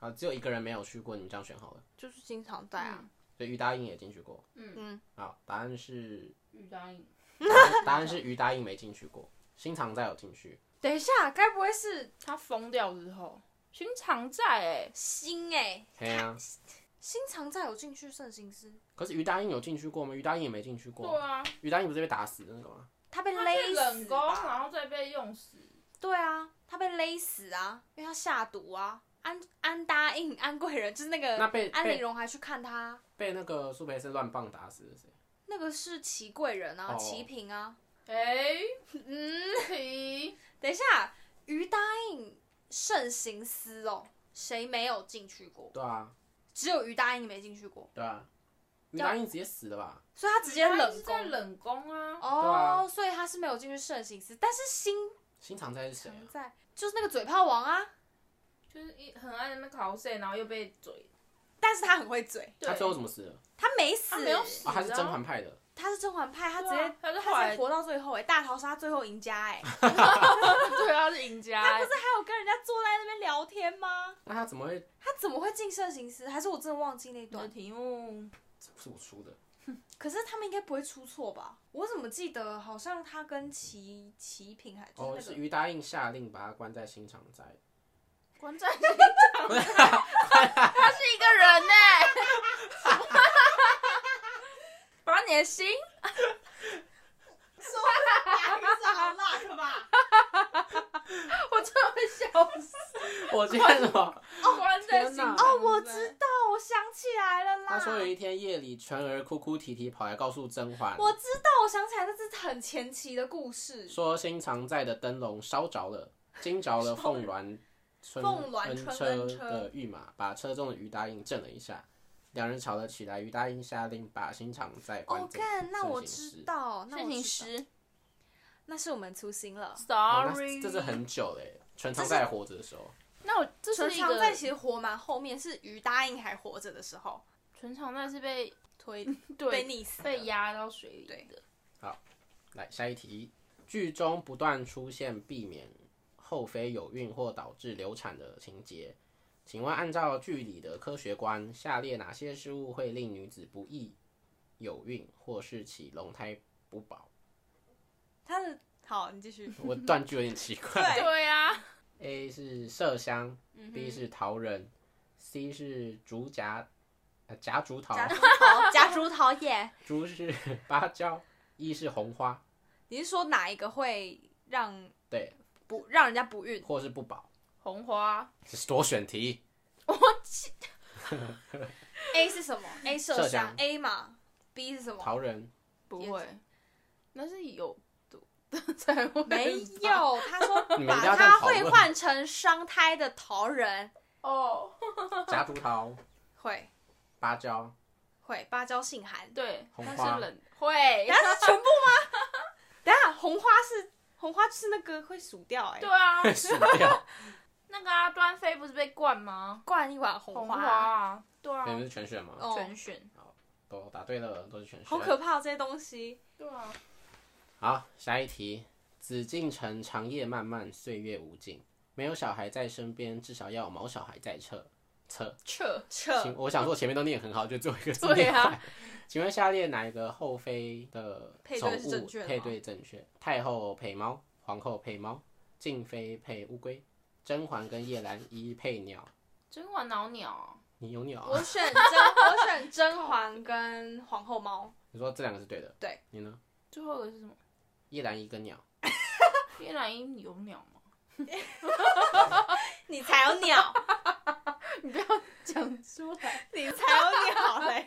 啊，只有一个人没有去过，你这样选好了。
就是经常在啊。，
所以于答应也进去过。
嗯，
嗯，
好，答案是，
于大英，
答案是于答应没进去过，新常在有进去。
等一下，该不会是
他疯掉之后，新常在哎，
新哎、
嘿啊，
新常在有进去圣心司，
可是于答应有进去过吗？于答应也没进去
对
过。
啊，
于答应不是被打死的那个吗？
他被啊
他去
勒
冷
死
宫，
吧
然后再被用死，
对啊，他被勒死啊，因为他下毒啊。安安答应安贵人就是那个
那被
安
被
陵容还去看他，
被那个苏培盛乱棒打死的谁？
那个是齐贵人啊，
哦
齐平啊。
哎，
嗯，
停，
等一下，于答应慎刑司哦，谁没有进去过？
对啊，
只有于答应没进去过，
对啊，于答应直接死了吧？
所以他直接
他是
冷
在
宫。
冷宫啊，
哦，所以他是没有进去慎刑司，但是新
新常在是谁啊？
常在就是那个嘴炮王啊，
就是一很爱那边考试，然后又被嘴，
但是他很会嘴，
对
他最后怎么死的？
他没死，欸
他没有死
啊，他是
啊
甄嬛派的，
他是甄嬛派，他直
对啊
接
他是后
他
来
才活到最后哎、大逃杀最后赢家 哎、
对啊，是赢家
他不
欸
是还有跟人家坐在那边聊天吗？
那他怎么会
他怎么会进慎刑司？还是我真的忘记那
你的
段？
题目
是我出的？
可是他们应该不会出错吧？我怎么记得好像他跟齐齐平还
哦，
就是
是
那个
于答应下令把他关在新常 在。
关在心脏，他是一个人呢、把你的心，
说白是好辣的吧？
我真的会笑死。
我今天怎么？
关在心脏
哦，我知道，我想起来了啦。
他说有一天夜里，全儿哭哭啼啼跑来告诉甄嬛，
我知道，我想起来，这是很前期的故事。
说新常在的灯笼烧着了，惊着了凤鸾春
凤鸾春恩
车
车
的御马，把车中的于答应震了一下，两人吵了起来。于答应下令把新常在关
哦，
进
干，那我
慎刑
知
室。
道，那
慎
我
行
知道，
师
那是我们粗心了。
哦
，sorry，
那这是很久嘞，全常在还活着的时候，
那我这
陈
是一
常在
个
其实活蛮后面，是于答应还活着的时候
全场在是被
推被
对
溺死的，
被压到水里
对
的，
来下一题。剧中不断出现避免后妃有孕或导致流产的情节，请问按照剧里的科学观，下列哪些事物会令女子不易有孕或是起龙胎不保？
他的好，你继续。
我断句有点奇怪。
对
对啊，
A 是麝香
嗯
，B
哼
是桃仁，C 是竹夹，呃夹竹桃，
夹竹桃，夹竹桃耶！
竹是芭蕉，E 是红花，
你是说哪一个会让
对，
不让人家不孕？
或是不保。
红花
这是多选题，
A 是什么？A
哎
麝
麝
香
香
A 嘛？B 是什么？
桃仁
不
也
会，那是有 毒的才会 吧。
没有，他说
你们一定
把
要这
它
样讨
会
论
换成双胎的桃仁，
哦，
夹竹桃、
会
芭蕉、
会芭蕉性寒。
对，
红
它
花
是冷会
等。下是全部吗？等下红花是红花，就是那个会数掉哎、
对啊，
薯条，
那个啊，端妃不是被灌吗？
灌一碗红
红花啊，对 啊
你，们是全选吗？
哦
全选
都答对了，都是全选。
好可怕、哦、这些东西。
对啊，
好，下一题。紫禁城长夜漫漫，岁月无尽，没有小孩在身边，至少要有毛小孩在侧侧。
撤
请
扯，
我想说，我前面都念很好，就最后一个字
对
念
啊
反。请问下列哪一个后妃的
配
宠
对是正
物
确的吗
配对正确？太后配猫，皇后配猫，静妃配乌龟，甄嬛跟叶澜依配鸟。
甄嬛挠鸟啊，
你有鸟
我
啊？
选甄，我选甄嬛跟皇后猫。
你说这两个是对的？
对。
你呢？
最后一个是什么？
叶澜依跟鸟。
叶澜依有鸟吗？
你才有鸟，
讲出来，
你才有鸟嘞！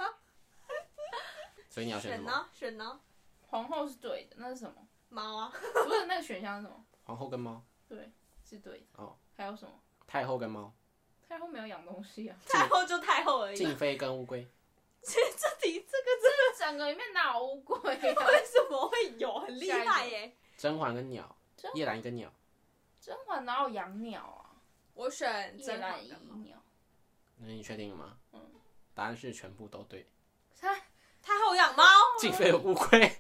所以你要选什
选
么？
呢？选呢？
皇后是对的，那是什么？
猫啊！
不是那个选项是什么？
皇后跟猫，
对，是对的。
哦，
还有什么？
太后跟猫，
太后没有养东西啊，
太后就太后而已。
静妃跟乌龟。
这这题这个
这整个里面哪有乌龟啊？
为什么会有？很厉害耶！
甄嬛跟鸟
甄，
叶澜依跟鸟，
甄嬛哪有养鸟啊？
我选
叶
甄
澜
嬛
依
跟猫。
鸟，
那你确定了吗？
嗯
答案是全部都对。
太后养猫，
进废乌龟，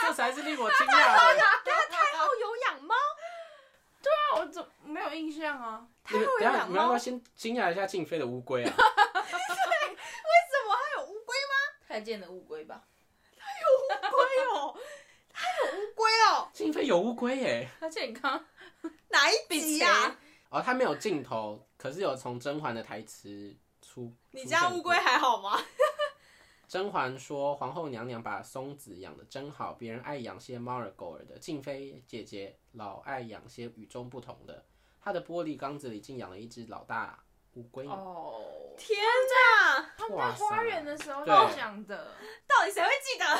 这才是令我惊讶的。
太后有养猫，
那我怎么没有印象啊？
你们
后有
等一下
养
你们要不
猫
要先惊讶一下进飞的乌龟啊？
怎么还有乌 龟
太监的乌龟吧？
龟哦？还有乌龟哦？
进飞有乌龟耶！
而且你刚
哪一集啊呀？
哦，它没有镜头，可是有从甄嬛的台词出。
你家乌龟
出现过？
还好吗？
甄嬛说：“皇后娘娘把松子养的真好，别人爱养些猫儿狗儿的，静妃姐姐老爱养些与众不同的。她的玻璃缸子里竟养了一只老大乌龟呢。
哦，
天哪！
他们在
哇塞
花园的时候
对
讲的，
到底谁会记得？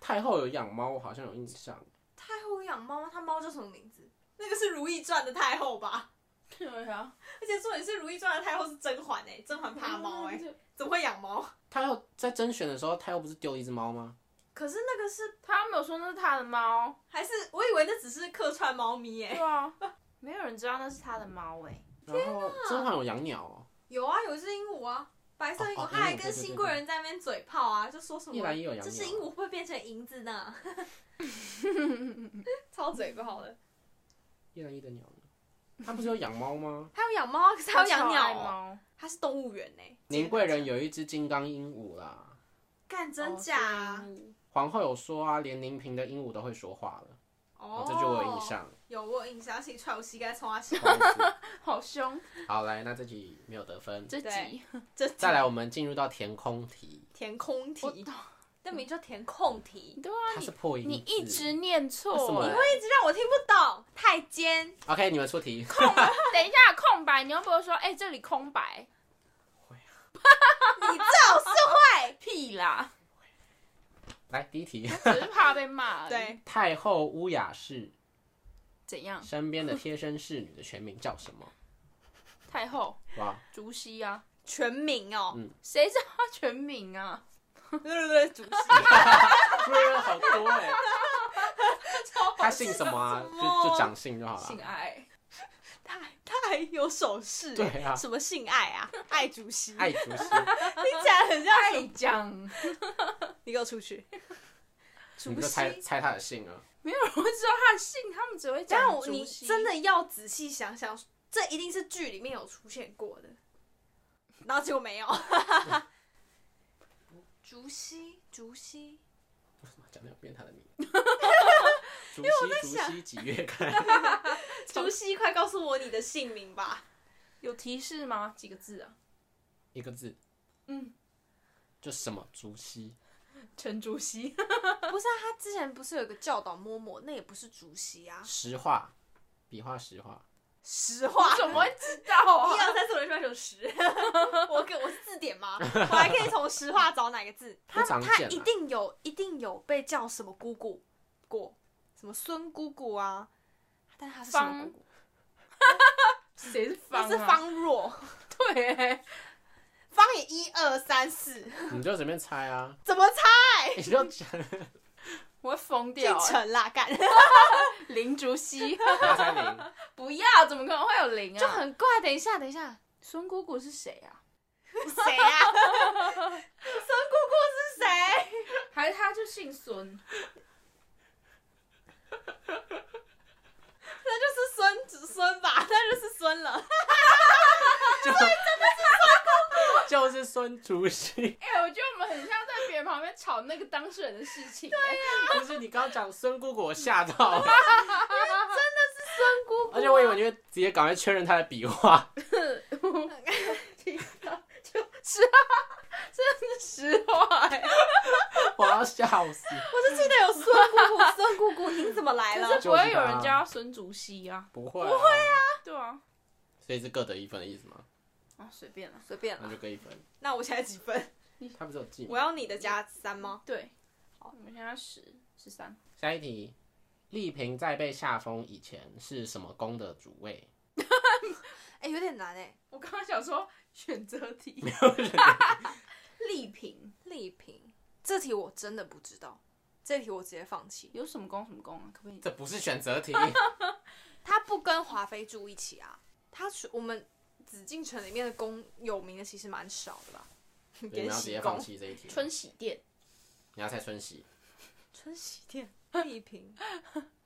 太后有养猫，我好像有印象。
太后养猫吗？它猫叫什么名字？那个是《如懿传》的太后吧？
对啊，
而且重点是《如懿传》的太后是甄嬛哎、甄嬛怕猫
欸哦
哎、怎么会养猫？
太后在甄选的时候，太后不是丢了一只猫吗？
可是那个是
他没有说那是他 的猫，
还是我以为那只是客串猫咪哎、
对啊，没有人知道那是他的猫哎，
然后甄嬛有养鸟、哦，
有啊，有一只鹦鹉啊，白色鹦鹉，
哦哦
它还
鹦鹉对
跟
对
新
对
贵人在那边嘴炮啊，就说什
叶
么
澜依有养鸟。
这只鹦鹉会不会变成银子 呢？超嘴不好的，？
叶澜依的鸟呢？他不是有养猫吗
还有养猫，啊可是还有养
他超爱
鸟哦，
猫，
它是动物园呢、欸
宁贵人有一只金刚鹦鹉啦。
干真假
哦
啊？
是鹦鹉
皇后有说啊，连宁嫔的鹦鹉都会说话了，
哦
这就我有印。象。
有我有印象，而且踹我膝盖，冲他笑。
不好意
好凶，
思好，来，那这题没有得分。
这集
这
再来，我们进入到填空题，
填空
我
题，那名叫填空题，
对啊，
它是
你
破音字。
你一直念
为什
错
么
哎，
一直让我听不懂，太尖。
OK，你们出题。
等一下空白，你又不会说哎这里空白，
你最好是会。
屁啦，
来，第一题，
只是怕被骂，，
对，
太后乌雅氏
怎样？
身边的贴身侍女的全名叫什么？
太后
哇，
竹溪啊，
全名哦，
嗯
谁知道他全名啊？
对对对，主席。
不然好多哎、他姓什么啊？
什么
就就讲姓就好了
性。爱，
他他还有手势欸，
对啊
什么性爱啊，爱主席，
爱竹溪，
听起来很像什
爱
么。
讲，
你给我出去，
你
主
们就
席
猜。猜他的姓啊？
没有人会知道他的姓，他们只会
但
讲
我你
竹溪，
真的要仔细想想，这一定是剧里面有出现过的，然后结果没有。竹溪，竹溪，
讲那种变态的名字，竹溪竹溪几月开？
竹溪，快告诉我你的姓名吧。
有提示吗？几个字啊？
一个字，
嗯，
就什么竹溪，
陈竹溪。
不是啊，他之前不是有个教导嬷嬷，那也不是竹溪啊。
实话，笔画实话，
实话，
怎么会知道
一
啊？
二三四五六七八九十， 我给我是字典 吗？我还可以从实话找哪个字？他
不常
他
见啊
一定有，一定有被叫什么姑姑过，什么孙姑姑啊，但他是什么姑姑？
谁是方、
他
啊？
是。方若，
对、
方也一二三四，
你就随便猜啊，
怎么猜？
你就讲，
我会疯
姓
掉、欸。
陈啦，干
林竹溪
八三零，
不要，怎么可能会有零 啊？
就很怪。等一下，等一下，
孙姑姑是谁啊？
谁啊？ 孙姑姑是谁？
还是他就姓孙，
那就是孙孙吧，那就是孙了。
就就是孙竹溪，
哎、我觉得我们很像在别人旁边吵那个当事人的事情、欸对啊呀、
不是你刚讲孙姑姑，我吓到了，
孙姑姑啊，
而且我以为你会直接赶快确认他的笔画，
实话、哎
我要笑死，
我就记得有孙姑 姑，孙姑姑，您怎么来
可
了？
是不会有人叫他孙竹溪啊。
不会、不会啊，
对啊，
所以是各得一分的意思吗？
啊随便了。
随便
那
了
就。各一分，
那我现在几分？
他不是有记吗
我？要你的加三吗？
对，好，我们现在十十三，
下一题，丽萍在被下封以前是什么宫的主位？
哎、有点难哎、
我刚刚想说选择题， 丽萍
丽萍，这题我真的不知道，这题我直接放弃。
有什么功什么功啊？可不可以？
这不是选择题，
他不跟华妃住一起啊，他属我们紫禁城里面的宫有名的其实蛮少的吧？
你们
延
要直
禧
接放
宫、
弃这一题。
春喜殿，
你要猜春喜，
春喜殿、丽嫔，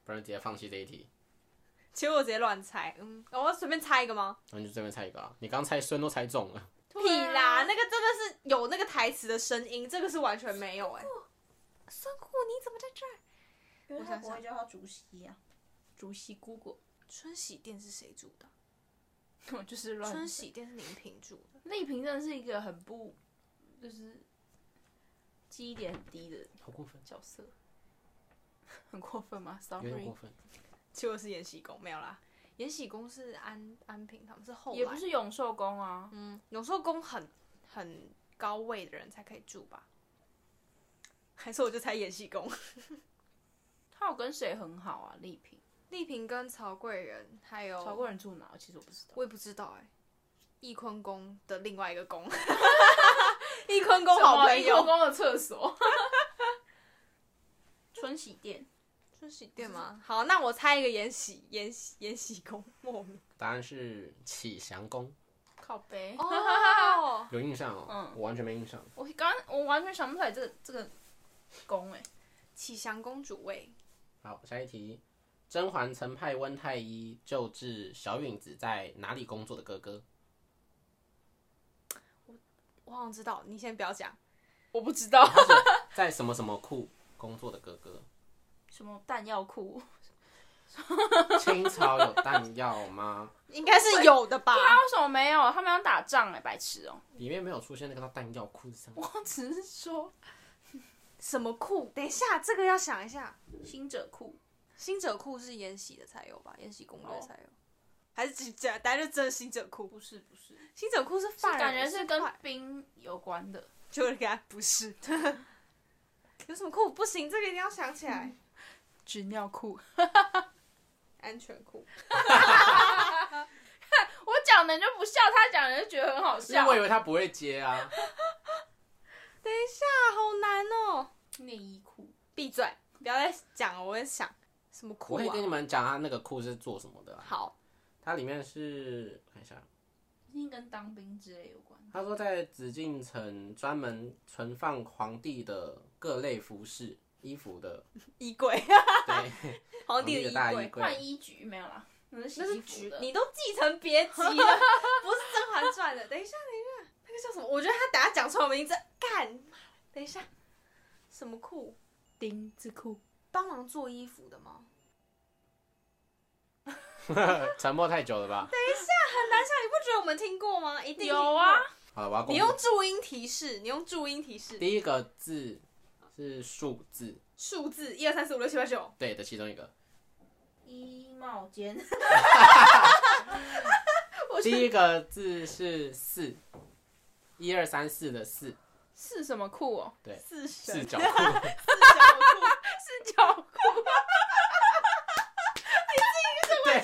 不然直接放弃这一题。
其实我直接乱猜，嗯，我要随便猜一个吗？
那你就这边猜一个啊！你刚猜孙都猜中了，
屁
啊
啦，那个真的是有那个台词的声音，这个是完全没有哎、孙姑，你怎么在这儿？
因为
他不会
叫他竹溪啊，竹溪姑姑，
春喜殿是谁住的？
根本 就是乱。
春喜殿是宁嫔住的。
丽萍真的是一个很不，就是记忆点很低的
好过分，
角色，很过分吗
有点
？Sorry，
过分。
结果是延禧宫没有啦，延禧宫是安安平他们是后来，
也不是永寿宫啊，
嗯，永寿宫很很高位的人才可以住吧？还是我就猜延禧宫？
他有跟谁很好啊？丽萍，
丽嫔跟曹贵人还有
曹贵人住哪？其实我不知道。
我也不知道哎、翊坤宫的另外一个 宫，翊坤宫好朋
什么翊坤
友，
宫的厕所， 春喜殿，
春喜殿吗？好，那我猜一个延禧延禧延禧宫，莫名
答案是启祥宫，
靠背。
哦，
有印象哦。
嗯
我完全没印象。
我刚我完全想不起来这个这个宫哎、
启祥公主位，
好，下一题，甄嬛曾派温太医救治小允子在哪里工作的哥哥？
我好像知道，你先不要讲，
我不知道
他是在什么什么库工作的哥哥？
什么弹药库，
清朝有弹药吗？
应该是有的吧？
他为什么没有？他们要打仗哎、白痴哦、
里面没有出现那个弹药库是什么？
我只是说
什么库？等一下，这个要想一下。
新者库，
新者库是延禧的才有吧？延禧攻略
哦
才有，还是只简单就真的新者库？
不是不是，
新者库是
是
犯人，
感觉是跟
犯
兵有关的。
就是给他不是。 有什么库不行？这个一定要想起来。
纸尿裤，
安全库，
我讲的你就不笑，他讲的就觉得很好
因为
笑
我。以为他不会接啊。
等一下，好难哦！
内衣裤，
闭嘴，不要再讲了，我在想什么库
我可以跟你
啊？
们讲他那个库是做什么的、啊。
好，
它里面是看一下，
一定跟当兵之类有关。
他说在紫禁城专门存放皇帝的各类服饰、衣服的，
衣柜，
对，
皇帝的
大
衣柜。
柜。
换衣局没有啦，那是洗
那是
衣
局
服的。，
你都继承别急了，不是《甄嬛传》的。等一下，等一下，那个叫什么？我觉得他等下讲出来，我们一直干。妈的等一下，什么库？
丁字裤，
帮忙做衣服的吗？
沉默太久了吧？
你不觉得我们听过吗？一定听过
有啊。
好了，我要公
你
布
用注音提示，你用注音提示，
第一个字是数字，
数字一二三四五六七八九，
对的其中一个。
衣帽间，
第一个字是四，一二三四的四，
是什么裤哦？
四神
四角裤。
是脚裤。
对，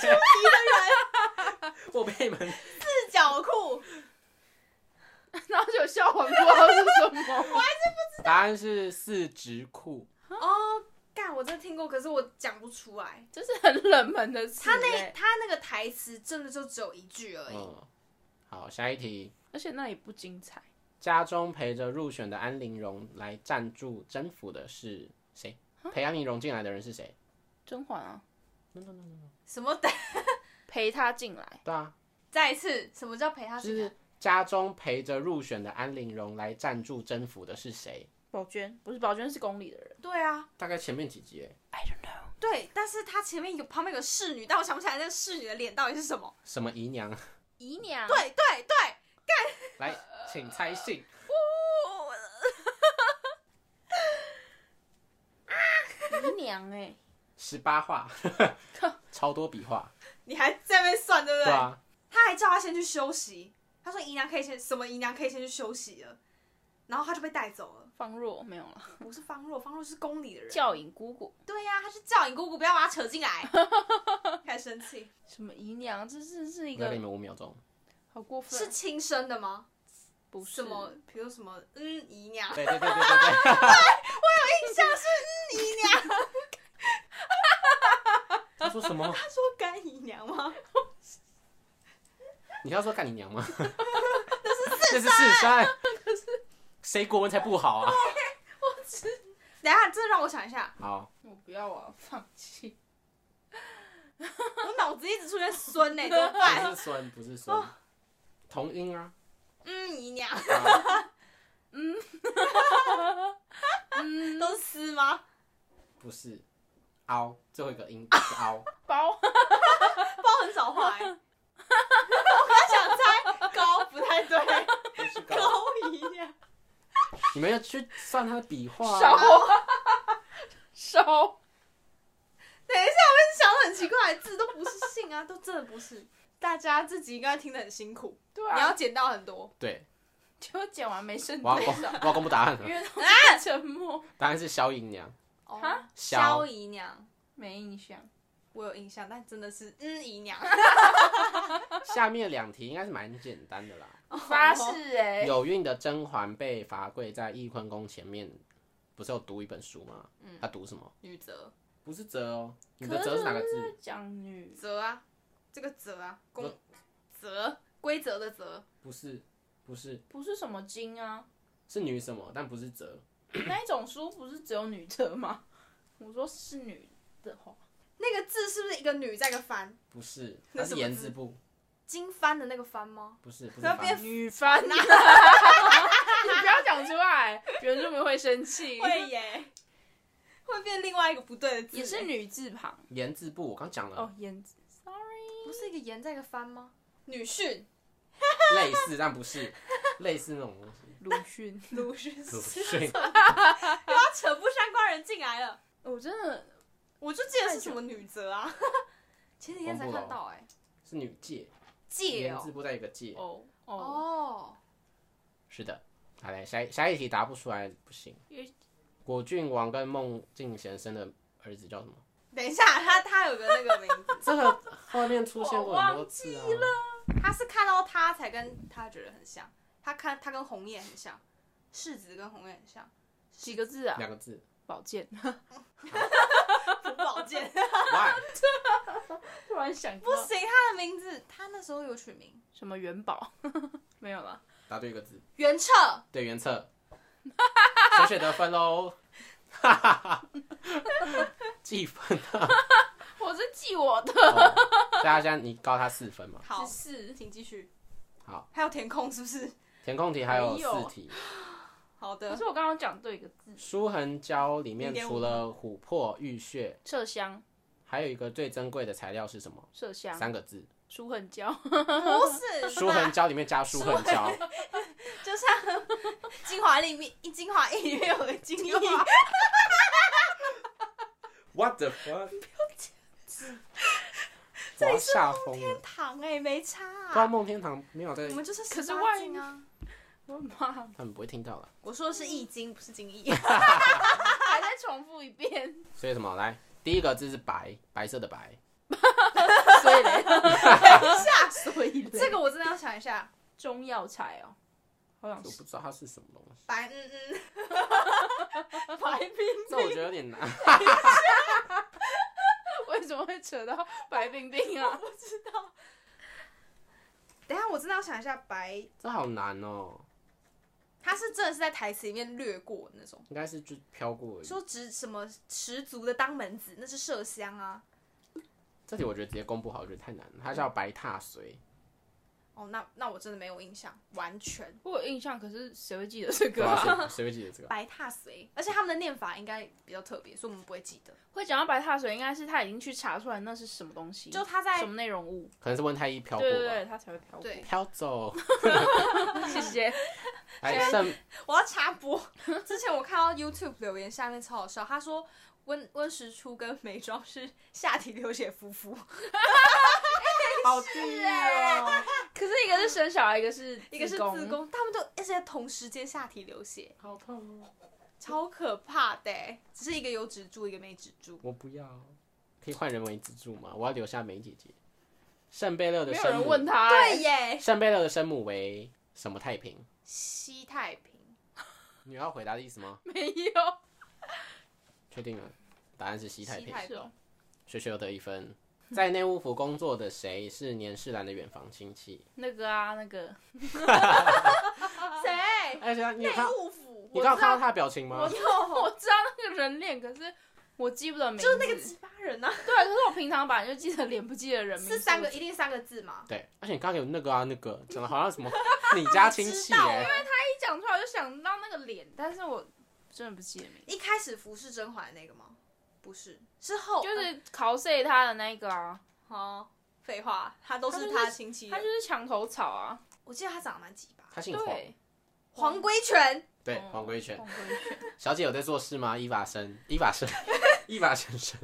我被你们
四角裤，
然后就笑我，不知道是什 么。
答案是四直裤。
哦，干，我真的听过，可是我讲不出来。
就是很冷门的词欸。
他那他那个台词真的就只有一句而已。
嗯，好，下一题。
而且那也不精彩。
家中陪着入选的安陵容来赞助征服的是谁？陪安陵容进来的人是谁？
甄嬛啊，
什么 等？
陪她进来，
对啊，
再一次，什么叫陪他
就
进
是
来？
家中陪着入选的安陵容来赞助征服的是谁？
宝娟不是宝娟是宫里的人。
对啊，
大概前面几集耶，
I don't know。
对，但是他前面有旁边有个侍女，但我想不起来那个侍女的脸到底是什么。
什么姨 娘？
姨娘，
对，对对，
来，请猜信。
姨娘哎、
十八 画，超多笔画，
你还在那边算对不
对
对？
啊，
他还叫他先去休息，他说姨娘可以先什么姨娘可以先去休息了，然后他就被带走了。
方若没有了，
不是方若，方若是宫里的人。
教引姑姑，
对呀、他是叫你姑姑不要把他扯进来，开始生气。
什么姨娘，这是是一
我再给
个
你们五秒钟。
好过分，啊
是亲生的吗？
不是
什么，比如什么，嗯，姨娘，
对对对对 对对。
像是嗯姨娘，
他说什么？
他说干姨娘吗？
你要说干你娘 吗？这是四山，谁国文才不好啊？
等一下，这让我想一下，
好，
我不要啊，放弃。
我脑子一直出现孙呢、怎么
不
办？
是孙，不是孙，同音 啊。
嗯，姨娘，
啊
嗯，
都是丝吗？
不是，凹，最后一个音是凹。
包啊
包很少画、欸，我想猜高不太 对，
不是高
高姨娘，
你们要去算他的笔画
烧
啊。
烧
等一下，我一直想的很奇怪，字都不是姓啊，都真的不是。大家自己应该听得很辛苦，
对
你要
啊，
捡到很多。
对，
结果剪完没剩
我要
多
公，
少，
我要公布答案
因
了。
为都是沉
啊
默，
答案是萧姨娘。
哦
哈，
萧
萧
姨娘，
没印象。
我有印象，但真的是嗯姨娘。
下面两题应该是蛮简单的啦。
哦
发誓哎、
有孕的甄嬛被罚跪在翊坤宫前面，不是有读一本书吗？
嗯
她读什么？
女则
不是折哦，你
可
的折是哪个字？
讲女
则啊，这个则啊，
则
公则规则的则，
不是，不是，
不是什么经啊，
是女什么？但不是折。
那一种书不是只有女折吗？我说是女的话，
那个字是不是一个女在一个帆？
不是，
那
它
什
是
么
言
字
字部，
经帆的那个帆吗？
不是，不是
那
发。
变
女翻
呐
呐、啊 你不要讲出来，原住民会生 气。
耶，会变另外一个不对的字，
也是，女字旁
言字部，我刚讲了
哦，，言字
不是一个言在一个帆吗？女训，
类似但不是，类似那种东 西。
鲁迅。
鲁迅，
鲁迅
他 扯不相关人进来了，
我真的
我就记得是什么女则啊， 前几天才看到哎，
是女戒，
借
言
哦
字，部在一个戒。
哦哦，
哦，
是的，好来下一下一题答不出来不行
因为。
果郡王跟孟静贤生的儿子叫什么？
等一下，他他有个那个名字，
这个后面出现过很多次啊。
他是看到他才跟他觉得很像，他看他跟红叶很像，世子跟红叶很像，
几个字啊？
两个字。
宝剑。
朴宝 剑。
Why？
突然想
不
不
行，他的名字，他那时候有取名
什么元宝， 没有了。
答对一个字，
元彻，
对原 册，小雪得分喽。 记分啊！
我是记我的。
哦所以他现在你高他四分嘛？
好，
是
请继续。
好，
还有填空是不是？
填空题还有
没有
四题。
好
可
的
是，我刚刚讲对一个字，
书痕胶里面
1.5
除了琥珀、玉屑，
麝香
还有一个最珍贵的材料是什么？
麝香、
三个字，
舒痕胶，
不是
舒痕
吧？
胶里面加舒痕胶，
就像 精华里面一精华液里面有个精液，
What the fuck？我要吓疯了！
糖哎、没差、
光
啊。
梦天堂没有在
我，们就是十
可是
八
万
禁啊！
我 妈
他们不会听到了。
我说的是易经，不是精液。
还在重复一遍，
所以什么？来，第一个字是白，白色的白。
所以嘞，
下
所以嘞，
这个我真的要想一下。
中药材哦，
我
好想
不知道它是什么东 西，
白嗯嗯，
白冰
这我觉得有点难。
为什么会扯到白冰冰啊？
等一下我真的要想一下白，
这好难哦，
它是真的是在台词里面略过的那种。
应该是就飘过而已。
说只什么十足的当门子，那是麝香啊。
这题我觉得直接公布好，我觉得太难了。它叫白踏髓，
哦，那那我真的没有印象，完全
我有印象，可是谁会记得这
对
个
啊，
啊？
谁谁会记得这个？
白踏随，而且他们的念法应该比较特别，所以我们不会记得。
会讲到白踏水，应该是他已经去查出来那是什么东西，
就他在
什么内容物，
可能是温太医飘过
对对对，
吧。
他才会飘过。
对
飘走，
谢谢。
哎，圣
我要插播，之前我看到 YouTube 留言下面超好笑，他说温温实初跟美妆是下体流血夫妇，
好低哦，
可是一个是生小孩，一个是
一个是子，宫，他们都而且同时间下体流血，
好痛哦！
超可怕的欸，只是一个有止住，一个没止住。
我不要，可以换人为支柱吗？我要留下梅姐姐。圣贝勒的
没有
生
人
母，
问他。哎
对，耶，
圣贝勒的生母为什么太平？
西太平，
你要回答的意思吗？
没有。
确定了，答案是西太
西
平。
太
是哦
平，
学学又得一分。在内务府工作的谁是年世兰的远房亲戚？
那个啊，那个
谁？
而且他你有看
内务府，
你刚刚看到他的表情吗
我？我知道 那个人脸，可是我记不得名字。
就是那个鸡巴人啊，
对，可是我平常本来就记得脸，不记得人名。
是三个，
所以
一定三个字吗？
对，而且你刚刚有那个啊那个，讲的好像什么 你家亲戚哎、
我一讲出来我就想到那个脸，但是我真的不记得名字。
一开始服侍甄嬛那个吗？不是，是后
就是考碎他的那个啊，
哦，废话，他都
他
是
就是
他亲戚
他
人。
就是墙头草啊。
我记得他长得蛮鸡巴，
他姓黄，
对，
黄龟泉，
对
嗯
哦黄龟犬
黄龟犬，
小姐有在做事吗？伊娃生，伊娃生， 伊娃先生。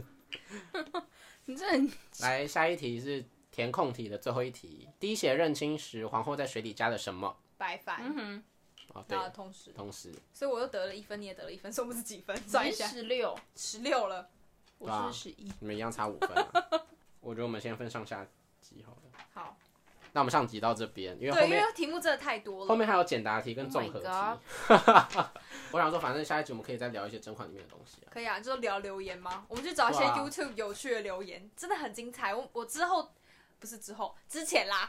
你这很
来，下一题是填空题的最后一题。滴血认亲时，皇后在水里加了什么？
白
嗯
凡。
哼，
哦，对
然，后同时，
同时
所以我又得了一分，你也得了一分，所以我们是几分？算一下，
十六，
十六了。
我是十一，
你们一样差五分、啊。 我觉得我们先分上下集好了。
好，
那我们上集到这边，因为
对，
后
因
面
为题目真的太多
后
了。
面还有简答题跟综合题。
Oh my
我想说，反正下一集我们可以再聊一些《甄嬛》里面的东西啊。
可以啊，就聊留言吗？我们去找一些
对啊
YouTube 有趣的留言，真的很精彩。我我之后不是之后，之前啦，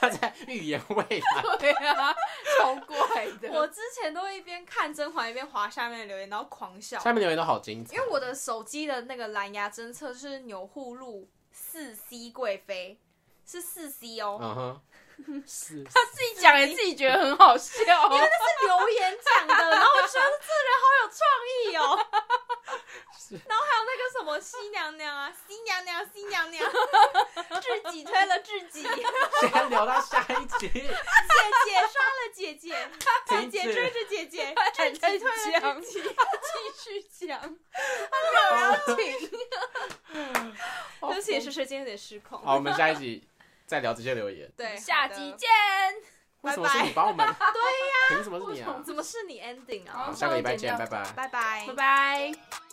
他在啊 预言未来，
对啊，超怪的。
我之前都会一边看甄嬛一边划下面的留言，然后狂笑。
下面留言都好精彩。
因为我的手机的那个蓝牙侦测是钮祜禄四 C 贵妃，是四 C 哦，
嗯哼，是
自己讲也自己觉得很好笑，
是留言讲的，然后我觉得这人好有创意哦。然后还有那个什么西娘娘啊， 西娘娘，西娘娘， 自己推了自己，姐姐刷
先聊到下一 集，
了姐姐，姐
停
姐追着
止。
姐 姐，
自己
自己推了
讲，
自己。
继续 讲，哦不要停。
对不起，是是今天有点失控。
好，我们下一集再聊这些留言。
对，
下
好的
集见，
为
拜
什么是你
拜。
帮 我们？对呀，凭什么是你
为什
啊
么？
怎么是你 ending 啊
好，？下个礼拜见，
好
拜拜。
拜拜
拜。拜。